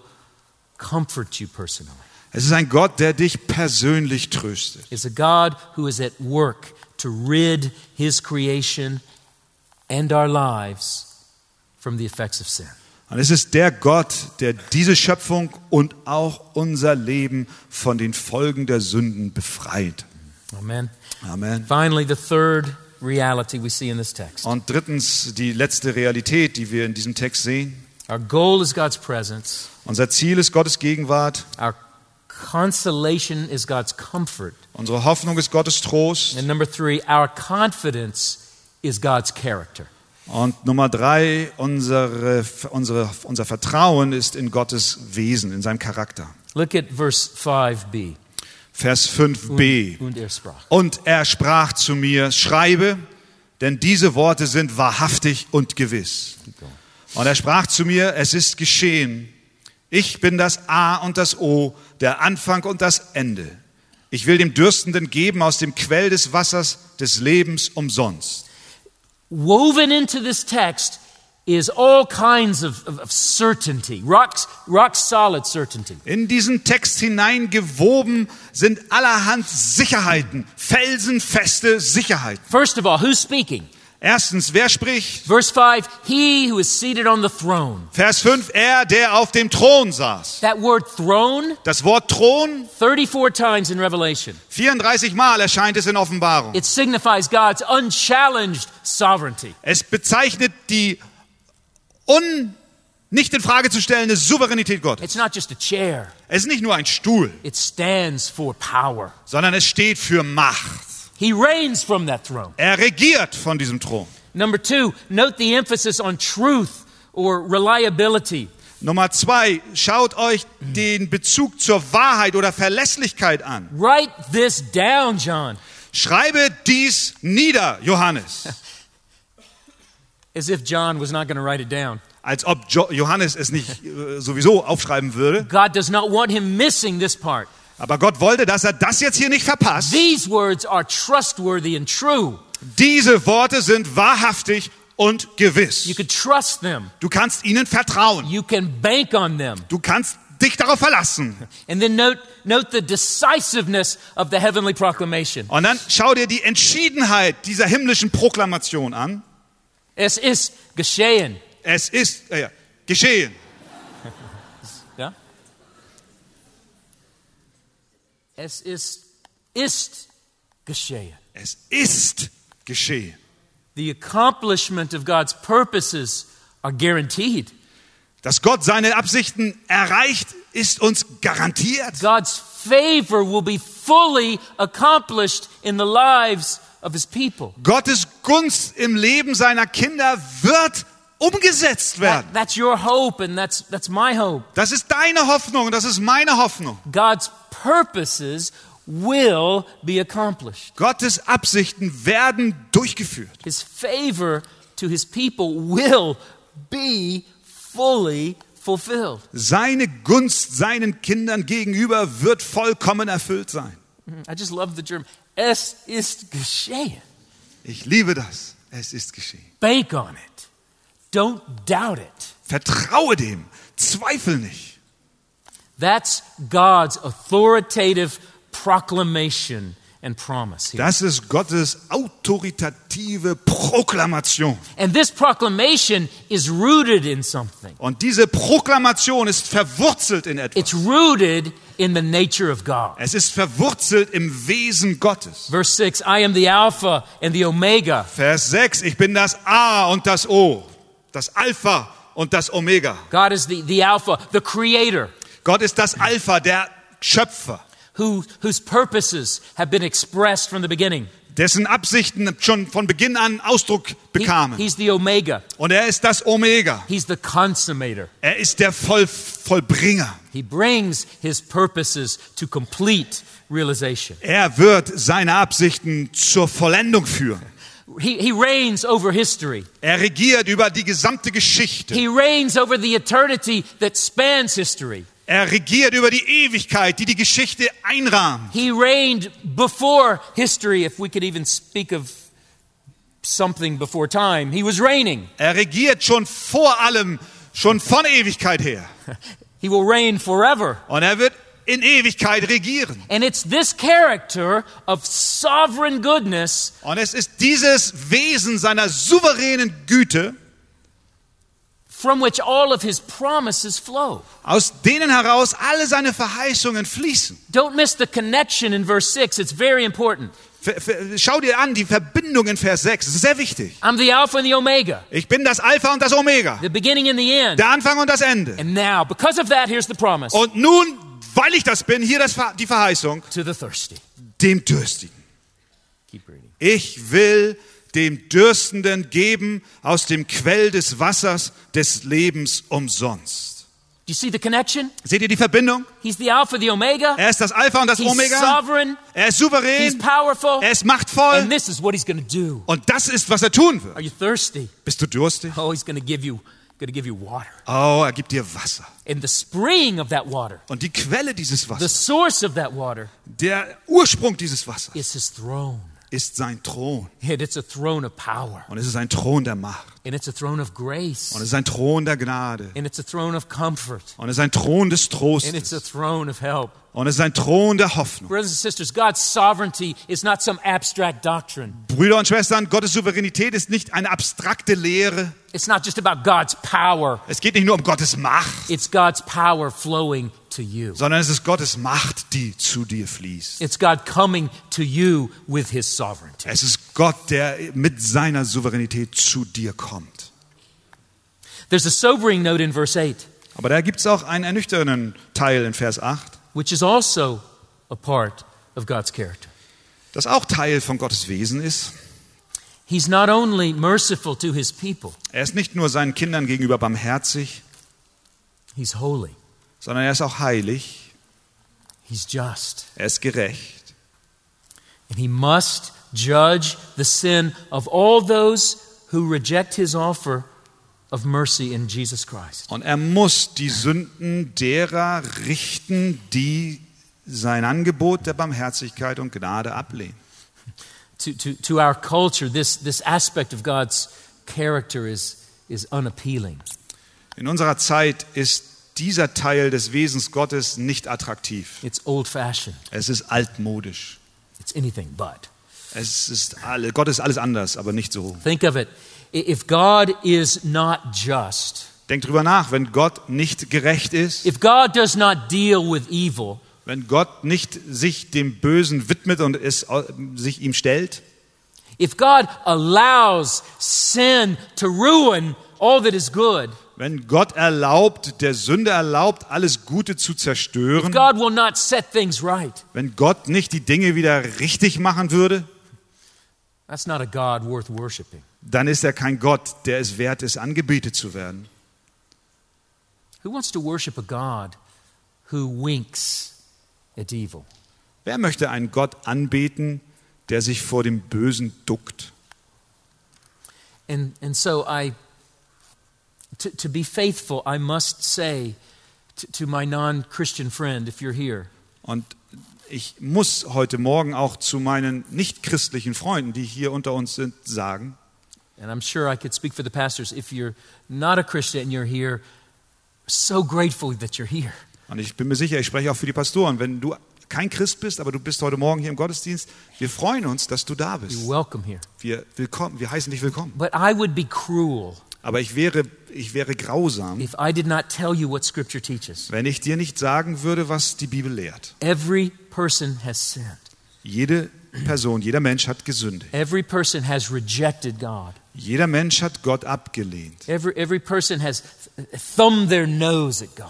Speaker 1: comfort you personally.
Speaker 2: Es ist ein Gott, der dich persönlich tröstet.
Speaker 1: is a God who is at work to rid his creation and our lives from the effects of sin.
Speaker 2: Und es ist der Gott, der diese Schöpfung und auch unser Leben von den Folgen der Sünden befreit.
Speaker 1: Amen.
Speaker 2: Amen.
Speaker 1: Finally, the third reality we see in this text.
Speaker 2: Und drittens die letzte Realität, die wir in diesem Text sehen.
Speaker 1: Our goal is God's presence,
Speaker 2: Unser Ziel ist Gottes Gegenwart,
Speaker 1: our consolation is God's comfort,
Speaker 2: unsere Hoffnung ist Gottes Trost
Speaker 1: and number three, our confidence is God's character.
Speaker 2: und Nummer drei, unsere, unsere, unser Vertrauen ist in Gottes Wesen, in seinem Charakter.
Speaker 1: Look at verse 5b.
Speaker 2: Vers 5b.
Speaker 1: Und er sprach.
Speaker 2: Und er sprach zu mir, schreibe, denn diese Worte sind wahrhaftig und gewiss. Und er sprach zu mir, es ist geschehen. Ich bin das A und das O, der Anfang und das Ende. Ich will dem Dürstenden geben aus dem Quell des Wassers des Lebens umsonst.
Speaker 1: woven into this text is all kinds of, of, of certainty, rock, rock solid certainty.
Speaker 2: In diesen Text hineingewoben sind allerhand Sicherheiten, felsenfeste Sicherheiten.
Speaker 1: First of all, who's speaking?
Speaker 2: Erstens, wer spricht?
Speaker 1: Verse 5 He who is seated on the throne.
Speaker 2: Vers 5, er, der auf dem Thron saß.
Speaker 1: That word throne,
Speaker 2: Das Wort Thron
Speaker 1: 34 times in Revelation,
Speaker 2: 34 Mal erscheint es in Offenbarung.
Speaker 1: it signifies God's unchallenged sovereignty.
Speaker 2: Es bezeichnet die un, nicht in Frage zu stellende Souveränität Gottes.
Speaker 1: It's not just a chair,
Speaker 2: Es ist nicht nur ein Stuhl,
Speaker 1: it stands for power.
Speaker 2: sondern es steht für Macht.
Speaker 1: He reigns from that throne.
Speaker 2: Er regiert von diesem Thron.
Speaker 1: Number two, note the emphasis on truth or reliability.
Speaker 2: Nummer zwei, schaut euch den Bezug zur Wahrheit oder Verlässlichkeit an.
Speaker 1: Write this down, John.
Speaker 2: Schreibe dies nieder, Johannes.
Speaker 1: as if John was not going to write it down.
Speaker 2: Als ob jo Johannes es nicht äh, sowieso aufschreiben würde.
Speaker 1: God does not want him missing this part.
Speaker 2: Aber Gott wollte, dass er das jetzt hier nicht verpasst.
Speaker 1: These words are trustworthy and true.
Speaker 2: Diese Worte sind wahrhaftig und
Speaker 1: You
Speaker 2: gewiss.
Speaker 1: can trust them.
Speaker 2: Du kannst ihnen vertrauen.
Speaker 1: You can bank on them.
Speaker 2: Du kannst dich darauf verlassen.
Speaker 1: And then note, note the decisiveness of the heavenly proclamation.
Speaker 2: Und dann schau dir die Entschiedenheit dieser himmlischen Proklamation an.
Speaker 1: Es ist geschehen.
Speaker 2: Es ist äh, geschehen.
Speaker 1: Ja? Es ist, ist geschehen.
Speaker 2: Es ist geschehen.
Speaker 1: The accomplishment of God's purposes are guaranteed.
Speaker 2: Dass Gott seine Absichten erreicht, ist uns garantiert.
Speaker 1: God's favor will be fully accomplished in the lives of his people.
Speaker 2: Gottes Gunst im Leben seiner Kinder wird umgesetzt werden.
Speaker 1: That- that's your hope, and that's, that's my hope.
Speaker 2: Das ist deine Hoffnung und das ist meine Hoffnung.
Speaker 1: God's purposes will be accomplished.
Speaker 2: Gottes Absichten werden durchgeführt.
Speaker 1: His favor to his people will be fully fulfilled.
Speaker 2: Seine Gunst seinen Kindern gegenüber wird vollkommen erfüllt sein.
Speaker 1: Mm-hmm. I just love the German. Es ist geschehen.
Speaker 2: Ich liebe das. Es ist geschehen.
Speaker 1: Bank on it. Don't doubt it.
Speaker 2: Vertraue dem. Zweifel nicht.
Speaker 1: That's God's authoritative proclamation and promise here.
Speaker 2: Das ist Gottes autoritative Proklamation.
Speaker 1: And this proclamation is rooted in something.
Speaker 2: Und diese Proklamation ist verwurzelt in etwas.
Speaker 1: It's rooted in the nature of God.
Speaker 2: Es ist verwurzelt im Wesen Gottes.
Speaker 1: Verse 6 I am the Alpha and the Omega,
Speaker 2: Vers 6. Ich bin das A und das O. Das Alpha und das Omega.
Speaker 1: God is the, the Alpha, the Creator,
Speaker 2: Gott ist das Alpha, der Schöpfer,
Speaker 1: who, whose purposes have been expressed from the beginning.
Speaker 2: dessen Absichten schon von Beginn an Ausdruck
Speaker 1: He-
Speaker 2: bekamen.
Speaker 1: he's the Omega,
Speaker 2: Und er ist das Omega.
Speaker 1: He's the consummator.
Speaker 2: Er ist der Voll Vollbringer.
Speaker 1: He brings His purposes to complete realization.
Speaker 2: Er wird seine Absichten zur Vollendung führen.
Speaker 1: He, he reigns over history,
Speaker 2: Er regiert über die gesamte Geschichte.
Speaker 1: He reigns over the eternity that spans history.
Speaker 2: Er regiert über die Ewigkeit, die die Geschichte einrahmt.
Speaker 1: He reigned before history, if we could even speak of something before time. He was reigning.
Speaker 2: Er regiert schon vor allem, schon von Ewigkeit her.
Speaker 1: He will reign forever.
Speaker 2: Und er wird in Ewigkeit regieren.
Speaker 1: And it's this character of sovereign goodness
Speaker 2: Und es ist dieses Wesen seiner souveränen Güte,
Speaker 1: from which all of his promises flow.
Speaker 2: aus denen heraus alle seine Verheißungen fließen.
Speaker 1: Don't miss the connection in verse 6. It's very important.
Speaker 2: Ver- ver- Schau dir an, die Verbindung in Vers 6, das ist sehr wichtig.
Speaker 1: I'm the Alpha and the Omega,
Speaker 2: Ich bin das Alpha und das Omega,
Speaker 1: the beginning and the end.
Speaker 2: der Anfang und das Ende.
Speaker 1: And now, because of that, here's the promise
Speaker 2: Und nun, weil ich das bin, hier das, Ver- die Verheißung,
Speaker 1: to the thirsty.
Speaker 2: dem Dürstigen.
Speaker 1: Keep reading.
Speaker 2: Ich will dem Dürstenden geben aus dem Quell des Wassers des Lebens umsonst.
Speaker 1: Do you see the connection?
Speaker 2: Seht ihr die Verbindung?
Speaker 1: He's the Alpha, the Omega.
Speaker 2: Er ist das Alpha und das
Speaker 1: He's
Speaker 2: Omega.
Speaker 1: sovereign.
Speaker 2: Er ist
Speaker 1: He's
Speaker 2: souverän.
Speaker 1: powerful.
Speaker 2: Er ist machtvoll.
Speaker 1: And this is what he's going to do.
Speaker 2: Und das ist, was er tun wird.
Speaker 1: Are you thirsty?
Speaker 2: Bist du durstig?
Speaker 1: Oh, he's going to give you going to give you water.
Speaker 2: Oh, er gibt dir Wasser.
Speaker 1: And the spring of that water,
Speaker 2: Und die Quelle dieses
Speaker 1: the
Speaker 2: Wassers,
Speaker 1: source of that water
Speaker 2: der Ursprung dieses Wassers,
Speaker 1: is his throne.
Speaker 2: ist sein Thron.
Speaker 1: And it's a throne of power.
Speaker 2: Und es ist ein Thron der Macht.
Speaker 1: And it's a throne of
Speaker 2: Und
Speaker 1: grace.
Speaker 2: es ist ein Thron der Gnade.
Speaker 1: And it's a throne of comfort.
Speaker 2: Und es ist ein Thron des
Speaker 1: And it's a
Speaker 2: Trostes.
Speaker 1: throne of help.
Speaker 2: Und es ist ein Thron der Hoffnung.
Speaker 1: Brothers and sisters, God's sovereignty is not some abstract doctrine.
Speaker 2: Brüder und Schwestern, Gottes Souveränität ist nicht eine abstrakte Lehre.
Speaker 1: It's not just about God's power.
Speaker 2: Es geht nicht nur um Gottes Macht,
Speaker 1: It's God's power flowing to you.
Speaker 2: sondern es ist Gottes Macht, die zu dir fließt.
Speaker 1: It's God coming to you with his sovereignty.
Speaker 2: Es ist Gott, der mit seiner Souveränität zu dir kommt.
Speaker 1: There's a sobering note in verse 8,
Speaker 2: Aber da gibt es auch einen ernüchternden Teil in Vers 8,
Speaker 1: which is also a part of God's character.
Speaker 2: das auch Teil von Gottes Wesen ist.
Speaker 1: He's not only merciful to his people,
Speaker 2: Er ist nicht nur seinen Kindern gegenüber barmherzig,
Speaker 1: he's holy,
Speaker 2: sondern er ist auch heilig,
Speaker 1: he's just,
Speaker 2: er ist gerecht.
Speaker 1: and he must judge the sin of all those who reject his offer of mercy in Jesus Christ.
Speaker 2: Und er muss die Sünden derer richten, die sein Angebot der Barmherzigkeit und Gnade ablehnen.
Speaker 1: To, to, to our culture, this, this aspect of God's character is, is unappealing.
Speaker 2: In unserer Zeit ist dieser Teil des Wesens Gottes nicht attraktiv.
Speaker 1: It's old fashioned,
Speaker 2: Es ist altmodisch.
Speaker 1: it's anything but.
Speaker 2: Es ist alle, Gott ist alles anders, aber nicht so.
Speaker 1: Think of it. I- If God is not just,
Speaker 2: Denk drüber nach, wenn Gott nicht gerecht ist,
Speaker 1: if God does not deal with evil,
Speaker 2: wenn Gott nicht sich dem Bösen widmet und es äh, sich ihm stellt,
Speaker 1: if God allows sin to ruin all that is good,
Speaker 2: wenn Gott erlaubt, der Sünde erlaubt, alles Gute zu zerstören,
Speaker 1: God will not set things right.
Speaker 2: wenn Gott nicht die Dinge wieder richtig machen würde,
Speaker 1: That's not a God worth worshiping.
Speaker 2: dann ist er kein Gott, der es wert ist, angebetet zu werden.
Speaker 1: Who wants to worship a God who winks at evil?
Speaker 2: Wer möchte einen Gott anbeten, der sich vor dem Bösen duckt?
Speaker 1: And, and so I, to, to be faithful, I must say to, to my non Christian friend, if you're here,
Speaker 2: Und ich muss heute Morgen auch zu meinen nichtchristlichen Freunden, die hier unter uns sind, sagen,
Speaker 1: and I'm sure I could speak for the pastors, if you're not a Christian and you're here, so grateful that you're here.
Speaker 2: und ich bin mir sicher, ich spreche auch für die Pastoren, wenn du kein Christ bist, aber du bist heute Morgen hier im Gottesdienst, wir freuen uns, dass du da
Speaker 1: You're
Speaker 2: bist.
Speaker 1: welcome here.
Speaker 2: Wir, willkommen, wir heißen dich willkommen.
Speaker 1: But I would be cruel
Speaker 2: Aber ich wäre, ich wäre grausam,
Speaker 1: if I did not tell you what Scripture teaches.
Speaker 2: wenn ich dir nicht sagen würde, was die Bibel lehrt.
Speaker 1: Every person has sinned,
Speaker 2: Jede Person, jeder Mensch hat gesündigt.
Speaker 1: every person has rejected God.
Speaker 2: Jeder Mensch hat Gott abgelehnt.
Speaker 1: Every, every person has th- thumbed their nose at God.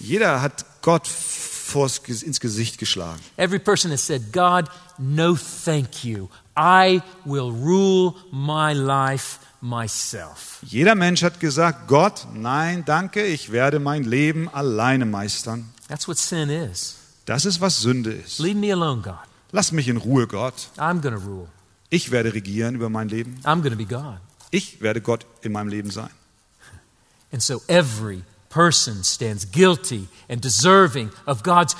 Speaker 2: Jeder hat Gott vors, ins Gesicht geschlagen.
Speaker 1: Every person has said, God, no thank you. I will rule my life myself.
Speaker 2: Jeder Mensch hat gesagt, Gott, nein, danke, ich werde mein Leben alleine meistern.
Speaker 1: That's what sin is.
Speaker 2: Das ist, was Sünde ist.
Speaker 1: Leave me alone, God.
Speaker 2: Lass mich in Ruhe, Gott.
Speaker 1: I'm going to rule.
Speaker 2: Ich werde regieren über mein Leben.
Speaker 1: I'm going to be God.
Speaker 2: Ich werde Gott in meinem Leben sein.
Speaker 1: And so every person stands guilty and deserving of God's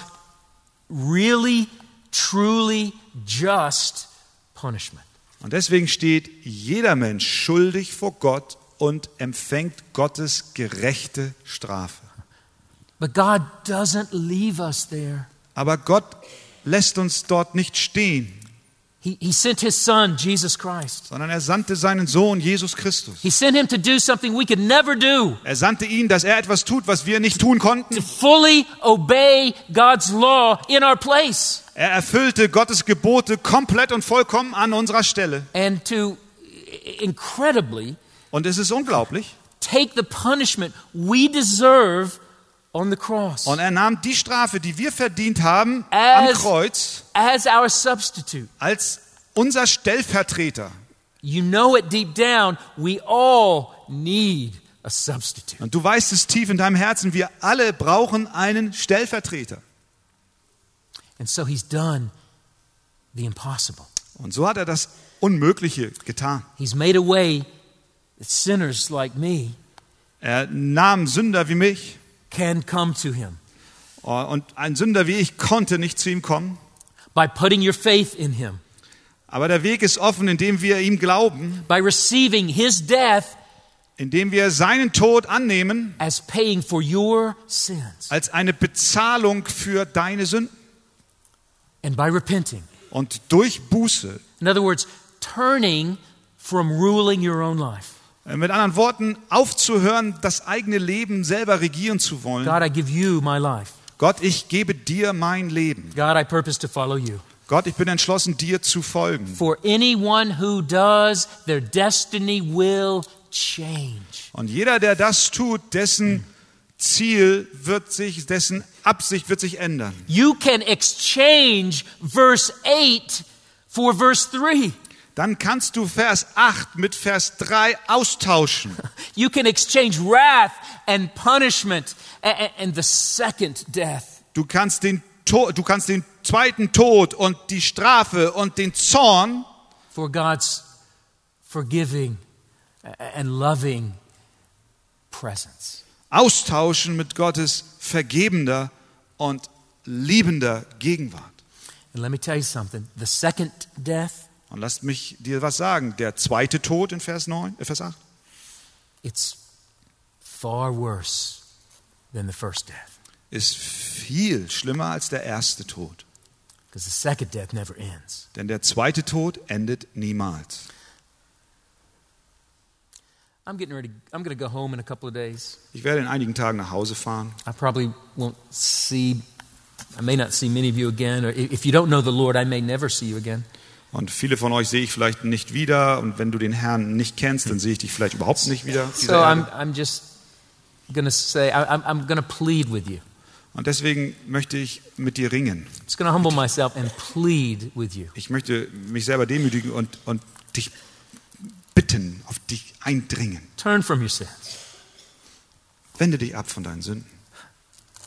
Speaker 1: really, truly just punishment.
Speaker 2: Und deswegen steht jeder Mensch schuldig vor Gott und empfängt Gottes gerechte Strafe.
Speaker 1: But God doesn't leave us there.
Speaker 2: Aber Gott lässt uns dort nicht stehen,
Speaker 1: He, he sent his son, Jesus Christ.
Speaker 2: sondern er sandte seinen Sohn Jesus Christus.
Speaker 1: He sent him to do something we could never do
Speaker 2: Er sandte ihn, dass er etwas tut, was wir nicht tun konnten.
Speaker 1: to fully obey God's law in our place
Speaker 2: Er erfüllte Gottes Gebote komplett und vollkommen an unserer Stelle.
Speaker 1: and to incredibly
Speaker 2: Und es ist unglaublich.
Speaker 1: take the punishment we deserve on the cross
Speaker 2: Und er nahm die Strafe, die wir verdient haben, am
Speaker 1: As-
Speaker 2: Kreuz
Speaker 1: as our substitute.
Speaker 2: als unser Stellvertreter.
Speaker 1: You know it deep down, we all need a substitute.
Speaker 2: Und du weißt es tief in deinem Herzen, wir alle brauchen einen Stellvertreter.
Speaker 1: And so he's done the impossible.
Speaker 2: Und so hat er das Unmögliche getan.
Speaker 1: He's made a way that sinners like me
Speaker 2: Er nahm Sünder wie mich
Speaker 1: can come to him
Speaker 2: Äh, und ein Sünder wie ich konnte nicht zu ihm kommen.
Speaker 1: by putting your faith in him.
Speaker 2: Aber der Weg ist offen, indem wir ihm glauben,
Speaker 1: by receiving his death
Speaker 2: indem wir seinen Tod annehmen
Speaker 1: as paying for your sins
Speaker 2: als eine Bezahlung für deine Sünden
Speaker 1: and by repenting.
Speaker 2: und durch Buße.
Speaker 1: In other words, turning from ruling your own life.
Speaker 2: Äh, Mit anderen Worten, aufzuhören, das eigene Leben selber regieren zu wollen.
Speaker 1: God, I give you my life.
Speaker 2: Gott, ich gebe dir mein Leben.
Speaker 1: God, I purpose to follow you.
Speaker 2: Gott, ich bin entschlossen, dir zu folgen.
Speaker 1: For anyone who does, their destiny will change.
Speaker 2: Und jeder, der das tut, dessen Ziel wird sich, dessen Absicht wird sich ändern.
Speaker 1: You can exchange verse 8 for verse 3.
Speaker 2: Dann kannst du Vers 8 mit Vers 3 austauschen.
Speaker 1: You can exchange wrath and punishment a- a- and the second death.
Speaker 2: Du kannst den, To- du kannst den zweiten Tod und die Strafe und den Zorn
Speaker 1: for God's forgiving and loving presence.
Speaker 2: austauschen mit Gottes vergebender und liebender Gegenwart.
Speaker 1: And let me tell you something the second death,
Speaker 2: Und lasst mich dir was sagen. Der zweite Tod in Vers 9, äh, Vers 8,
Speaker 1: it's far worse than the first death
Speaker 2: ist viel schlimmer als der erste Tod.
Speaker 1: because the second death never ends.
Speaker 2: Denn der zweite Tod endet niemals.
Speaker 1: I'm getting ready, I'm going to go home in a couple of days.
Speaker 2: Ich werde in einigen Tagen nach Hause fahren.
Speaker 1: I probably won't see, I may not see many of you again. Or i- if you don't know the Lord, I may never see you again.
Speaker 2: Und viele von euch sehe ich vielleicht nicht wieder. Und wenn du den Herrn nicht kennst, dann sehe ich dich vielleicht überhaupt nicht wieder. auf dieser
Speaker 1: So I'm,
Speaker 2: Erde.
Speaker 1: I'm just going to say, I, I'm, I'm going to plead with you.
Speaker 2: Und deswegen möchte ich mit dir ringen.
Speaker 1: I'm just going to humble myself and plead with you.
Speaker 2: Ich möchte mich selber demütigen und, und dich bitten, auf dich eindringen.
Speaker 1: Turn from your sins.
Speaker 2: Wende dich ab von deinen Sünden.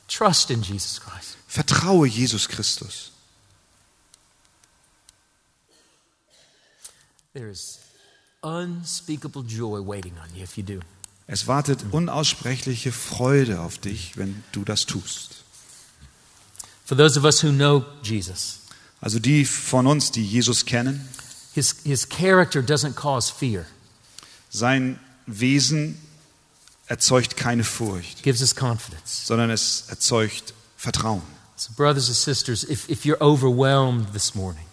Speaker 1: Trust in Jesus Christ.
Speaker 2: Vertraue Jesus Christus.
Speaker 1: There is unspeakable joy waiting on you if you do.
Speaker 2: Es wartet unaussprechliche Freude auf dich, wenn du das tust.
Speaker 1: For those of us who know Jesus,
Speaker 2: Also die von uns, die Jesus kennen,
Speaker 1: his, his character doesn't cause fear,
Speaker 2: sein Wesen erzeugt keine Furcht,
Speaker 1: gives us confidence.
Speaker 2: sondern es erzeugt Vertrauen.
Speaker 1: So, brothers and sisters, if, if you're overwhelmed this morning,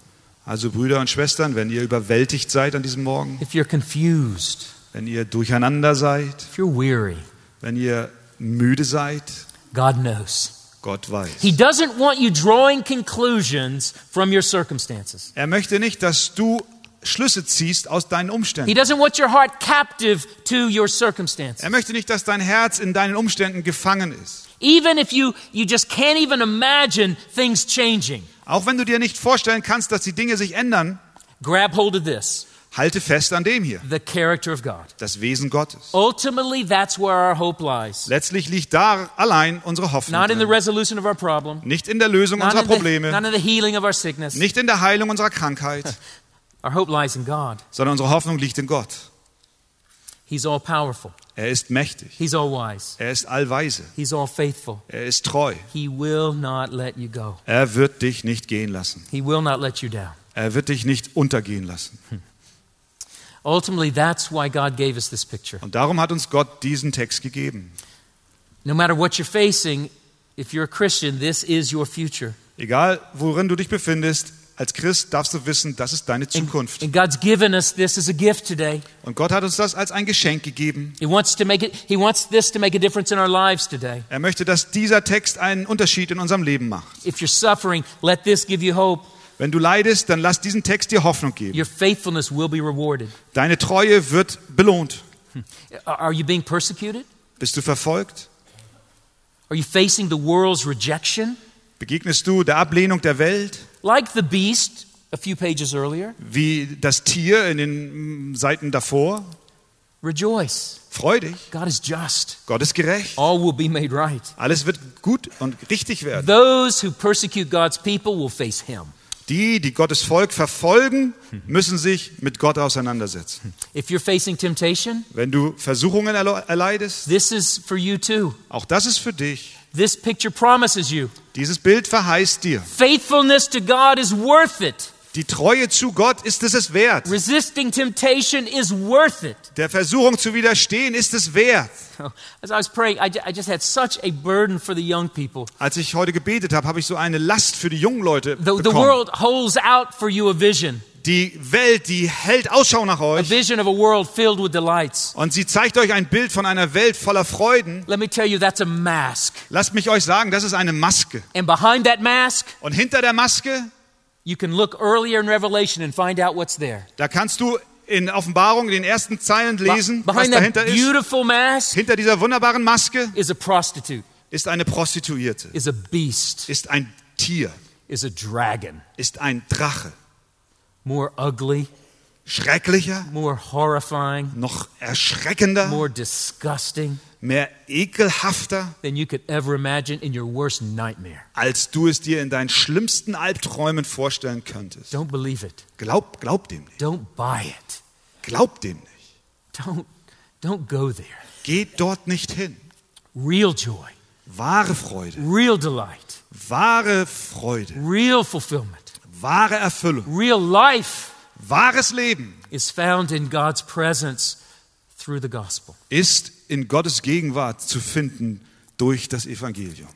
Speaker 2: Also Brüder und Schwestern, wenn ihr überwältigt seid an diesem Morgen,
Speaker 1: if you're confused,
Speaker 2: wenn ihr durcheinander seid,
Speaker 1: if you're weary,
Speaker 2: wenn ihr müde seid,
Speaker 1: God knows.
Speaker 2: Gott weiß.
Speaker 1: He doesn't want you drawing conclusions from your circumstances.
Speaker 2: Er möchte nicht, dass du Schlüsse ziehst aus deinen
Speaker 1: He
Speaker 2: Umständen.
Speaker 1: doesn't want your heart captive to your circumstances.
Speaker 2: Er möchte nicht, dass dein Herz in deinen Umständen gefangen ist.
Speaker 1: Even if you, you just can't even imagine things changing,
Speaker 2: Auch wenn du dir nicht vorstellen kannst, dass die Dinge sich ändern,
Speaker 1: grab hold of this
Speaker 2: halte fest an dem hier,
Speaker 1: the character of God.
Speaker 2: das Wesen Gottes.
Speaker 1: Ultimately, that's where our hope lies.
Speaker 2: Letztlich liegt da allein unsere Hoffnung.
Speaker 1: Not in the
Speaker 2: Drin.
Speaker 1: resolution of our problem,
Speaker 2: Nicht in der Lösung
Speaker 1: not
Speaker 2: unserer
Speaker 1: in, the, not
Speaker 2: Probleme,
Speaker 1: in the healing of our sickness.
Speaker 2: nicht in der Heilung unserer Krankheit,
Speaker 1: Our hope lies in God.
Speaker 2: sondern unsere Hoffnung liegt in Gott.
Speaker 1: He's all powerful,
Speaker 2: Er ist mächtig,
Speaker 1: He's all wise,
Speaker 2: er ist allweise,
Speaker 1: He's all faithful.
Speaker 2: er ist treu.
Speaker 1: He will not let you go,
Speaker 2: Er wird dich nicht gehen lassen.
Speaker 1: He will not let you down.
Speaker 2: Er wird dich nicht untergehen lassen.
Speaker 1: Ultimately, that's why God gave us this picture.
Speaker 2: Und darum hat uns Gott diesen Text gegeben.
Speaker 1: No matter what you're facing, if you're a Christian, this is your future.
Speaker 2: Egal, worin du dich befindest, als Christ darfst du wissen, das ist deine
Speaker 1: And,
Speaker 2: Zukunft.
Speaker 1: and God's given us this as a gift today.
Speaker 2: Und Gott hat uns das als ein Geschenk gegeben.
Speaker 1: He wants to make it he wants this to make a difference in our lives today.
Speaker 2: Er möchte, dass dieser Text einen Unterschied in unserem Leben macht.
Speaker 1: If you're suffering, let this give you hope.
Speaker 2: Wenn du leidest, dann lass diesen Text dir Hoffnung geben.
Speaker 1: Your faithfulness will be rewarded.
Speaker 2: Deine Treue wird belohnt.
Speaker 1: Are are you being persecuted?
Speaker 2: Bist du verfolgt?
Speaker 1: Are you facing the world's rejection?
Speaker 2: Begegnest du der Ablehnung der Welt,
Speaker 1: Like the beast a few pages earlier,
Speaker 2: wie das Tier in den mm, Seiten davor?
Speaker 1: rejoice.
Speaker 2: Freu dich.
Speaker 1: God is just.
Speaker 2: Gott ist gerecht.
Speaker 1: All will be made right.
Speaker 2: Alles wird gut und richtig werden.
Speaker 1: Those who persecute God's people will face him.
Speaker 2: Die, die Gottes Volk verfolgen, müssen sich mit Gott auseinandersetzen.
Speaker 1: If you're facing temptation,
Speaker 2: Wenn du Versuchungen erlo- erleidest,
Speaker 1: this is for you too.
Speaker 2: auch das ist für dich.
Speaker 1: This picture promises you
Speaker 2: Dieses Bild verheißt dir.
Speaker 1: faithfulness to God is worth it.
Speaker 2: Die Treue zu Gott ist es es wert.
Speaker 1: Resisting temptation is worth it.
Speaker 2: Der Versuchung zu widerstehen ist es wert.
Speaker 1: As I was praying, I, ju- I just had such a burden for the young people.
Speaker 2: Als ich heute gebetet habe, habe ich so eine Last für die jungen Leute
Speaker 1: The, the
Speaker 2: bekommen.
Speaker 1: world holds out for you a vision,
Speaker 2: Die Welt, die hält Ausschau nach
Speaker 1: a
Speaker 2: euch
Speaker 1: vision of a world filled with delights.
Speaker 2: und sie zeigt euch ein Bild von einer Welt voller Freuden.
Speaker 1: Let me tell you, that's a mask.
Speaker 2: Lasst mich euch sagen, das ist eine Maske.
Speaker 1: And behind that mask,
Speaker 2: Und hinter der Maske,
Speaker 1: you can look earlier in Revelation and find out what's there.
Speaker 2: da kannst du in Offenbarung in den ersten Zeilen
Speaker 1: Be-
Speaker 2: lesen, was
Speaker 1: behind
Speaker 2: dahinter
Speaker 1: that
Speaker 2: ist.
Speaker 1: beautiful mask
Speaker 2: Hinter dieser wunderbaren Maske
Speaker 1: is a prostitute,
Speaker 2: ist eine Prostituierte,
Speaker 1: is a beast,
Speaker 2: ist ein Tier,
Speaker 1: is a dragon.
Speaker 2: ist ein Drache.
Speaker 1: More ugly,
Speaker 2: Schrecklicher,
Speaker 1: more horrifying,
Speaker 2: noch erschreckender,
Speaker 1: more disgusting
Speaker 2: mehr ekelhafter,
Speaker 1: than you could ever imagine in your worst nightmare.
Speaker 2: als du es dir in deinen schlimmsten Albträumen vorstellen könntest.
Speaker 1: Don't believe it.
Speaker 2: Glaub, glaub dem nicht.
Speaker 1: Don't buy it.
Speaker 2: Glaub dem nicht.
Speaker 1: Don't, don't go there.
Speaker 2: Geh dort nicht hin.
Speaker 1: Real joy,
Speaker 2: Wahre Freude,
Speaker 1: real delight
Speaker 2: Wahre Freude,
Speaker 1: Real fulfillment,
Speaker 2: wahre Erfüllung,
Speaker 1: real life
Speaker 2: wahres Leben
Speaker 1: is found in God's presence through the gospel.
Speaker 2: ist in Gottes Gegenwart zu finden durch das Evangelium.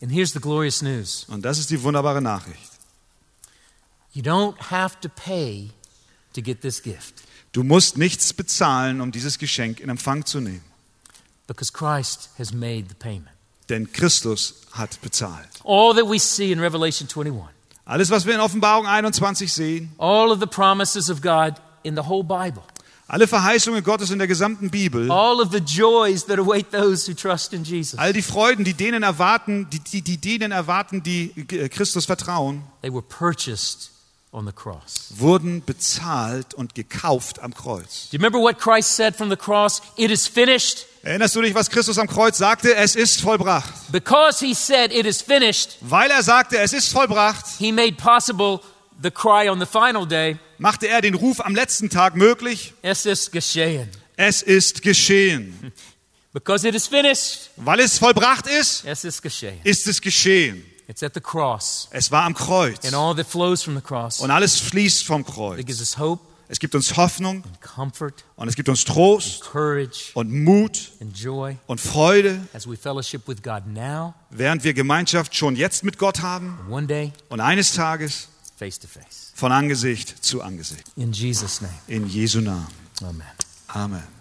Speaker 1: And here's the glorious news
Speaker 2: Und das ist die wunderbare Nachricht.
Speaker 1: you don't have to pay to get this gift
Speaker 2: Du musst nichts bezahlen, um dieses Geschenk in Empfang zu nehmen,
Speaker 1: because Christ has made the payment.
Speaker 2: denn Christus hat bezahlt.
Speaker 1: All that we see in Revelation 21,
Speaker 2: Alles, was wir in Offenbarung 21 sehen,
Speaker 1: all of the promises of God in the whole Bible,
Speaker 2: alle Verheißungen Gottes in der gesamten Bibel,
Speaker 1: all of the joys that await those who trust in Jesus,
Speaker 2: all die Freuden, die denen erwarten, die, die, die denen erwarten, die äh, Christus vertrauen,
Speaker 1: they were purchased on the cross.
Speaker 2: wurden bezahlt und gekauft am Kreuz.
Speaker 1: Do you remember what Christ said from the cross? It is finished.
Speaker 2: Erinnerst du dich, was Christus am Kreuz sagte? Es ist vollbracht.
Speaker 1: Because he said it is finished,
Speaker 2: Weil er sagte, es ist vollbracht,
Speaker 1: he made possible the cry on the final day,
Speaker 2: machte er den Ruf am letzten Tag möglich.
Speaker 1: es ist geschehen.
Speaker 2: Es ist geschehen.
Speaker 1: Because it is finished,
Speaker 2: Weil es vollbracht ist,
Speaker 1: es ist geschehen.
Speaker 2: ist es geschehen.
Speaker 1: It's at the cross
Speaker 2: Es war am Kreuz.
Speaker 1: and all that flows from the cross
Speaker 2: Und alles fließt vom
Speaker 1: that
Speaker 2: Kreuz.
Speaker 1: gives us hope,
Speaker 2: Es gibt uns Hoffnung
Speaker 1: comfort,
Speaker 2: und es gibt uns Trost
Speaker 1: courage,
Speaker 2: und Mut
Speaker 1: and joy
Speaker 2: und Freude,
Speaker 1: as we fellowship with God now,
Speaker 2: während wir Gemeinschaft schon jetzt mit Gott haben
Speaker 1: and one day
Speaker 2: und eines Tages
Speaker 1: face to face.
Speaker 2: von Angesicht zu Angesicht.
Speaker 1: In Jesus' name,
Speaker 2: In Jesu Namen.
Speaker 1: amen.
Speaker 2: Amen.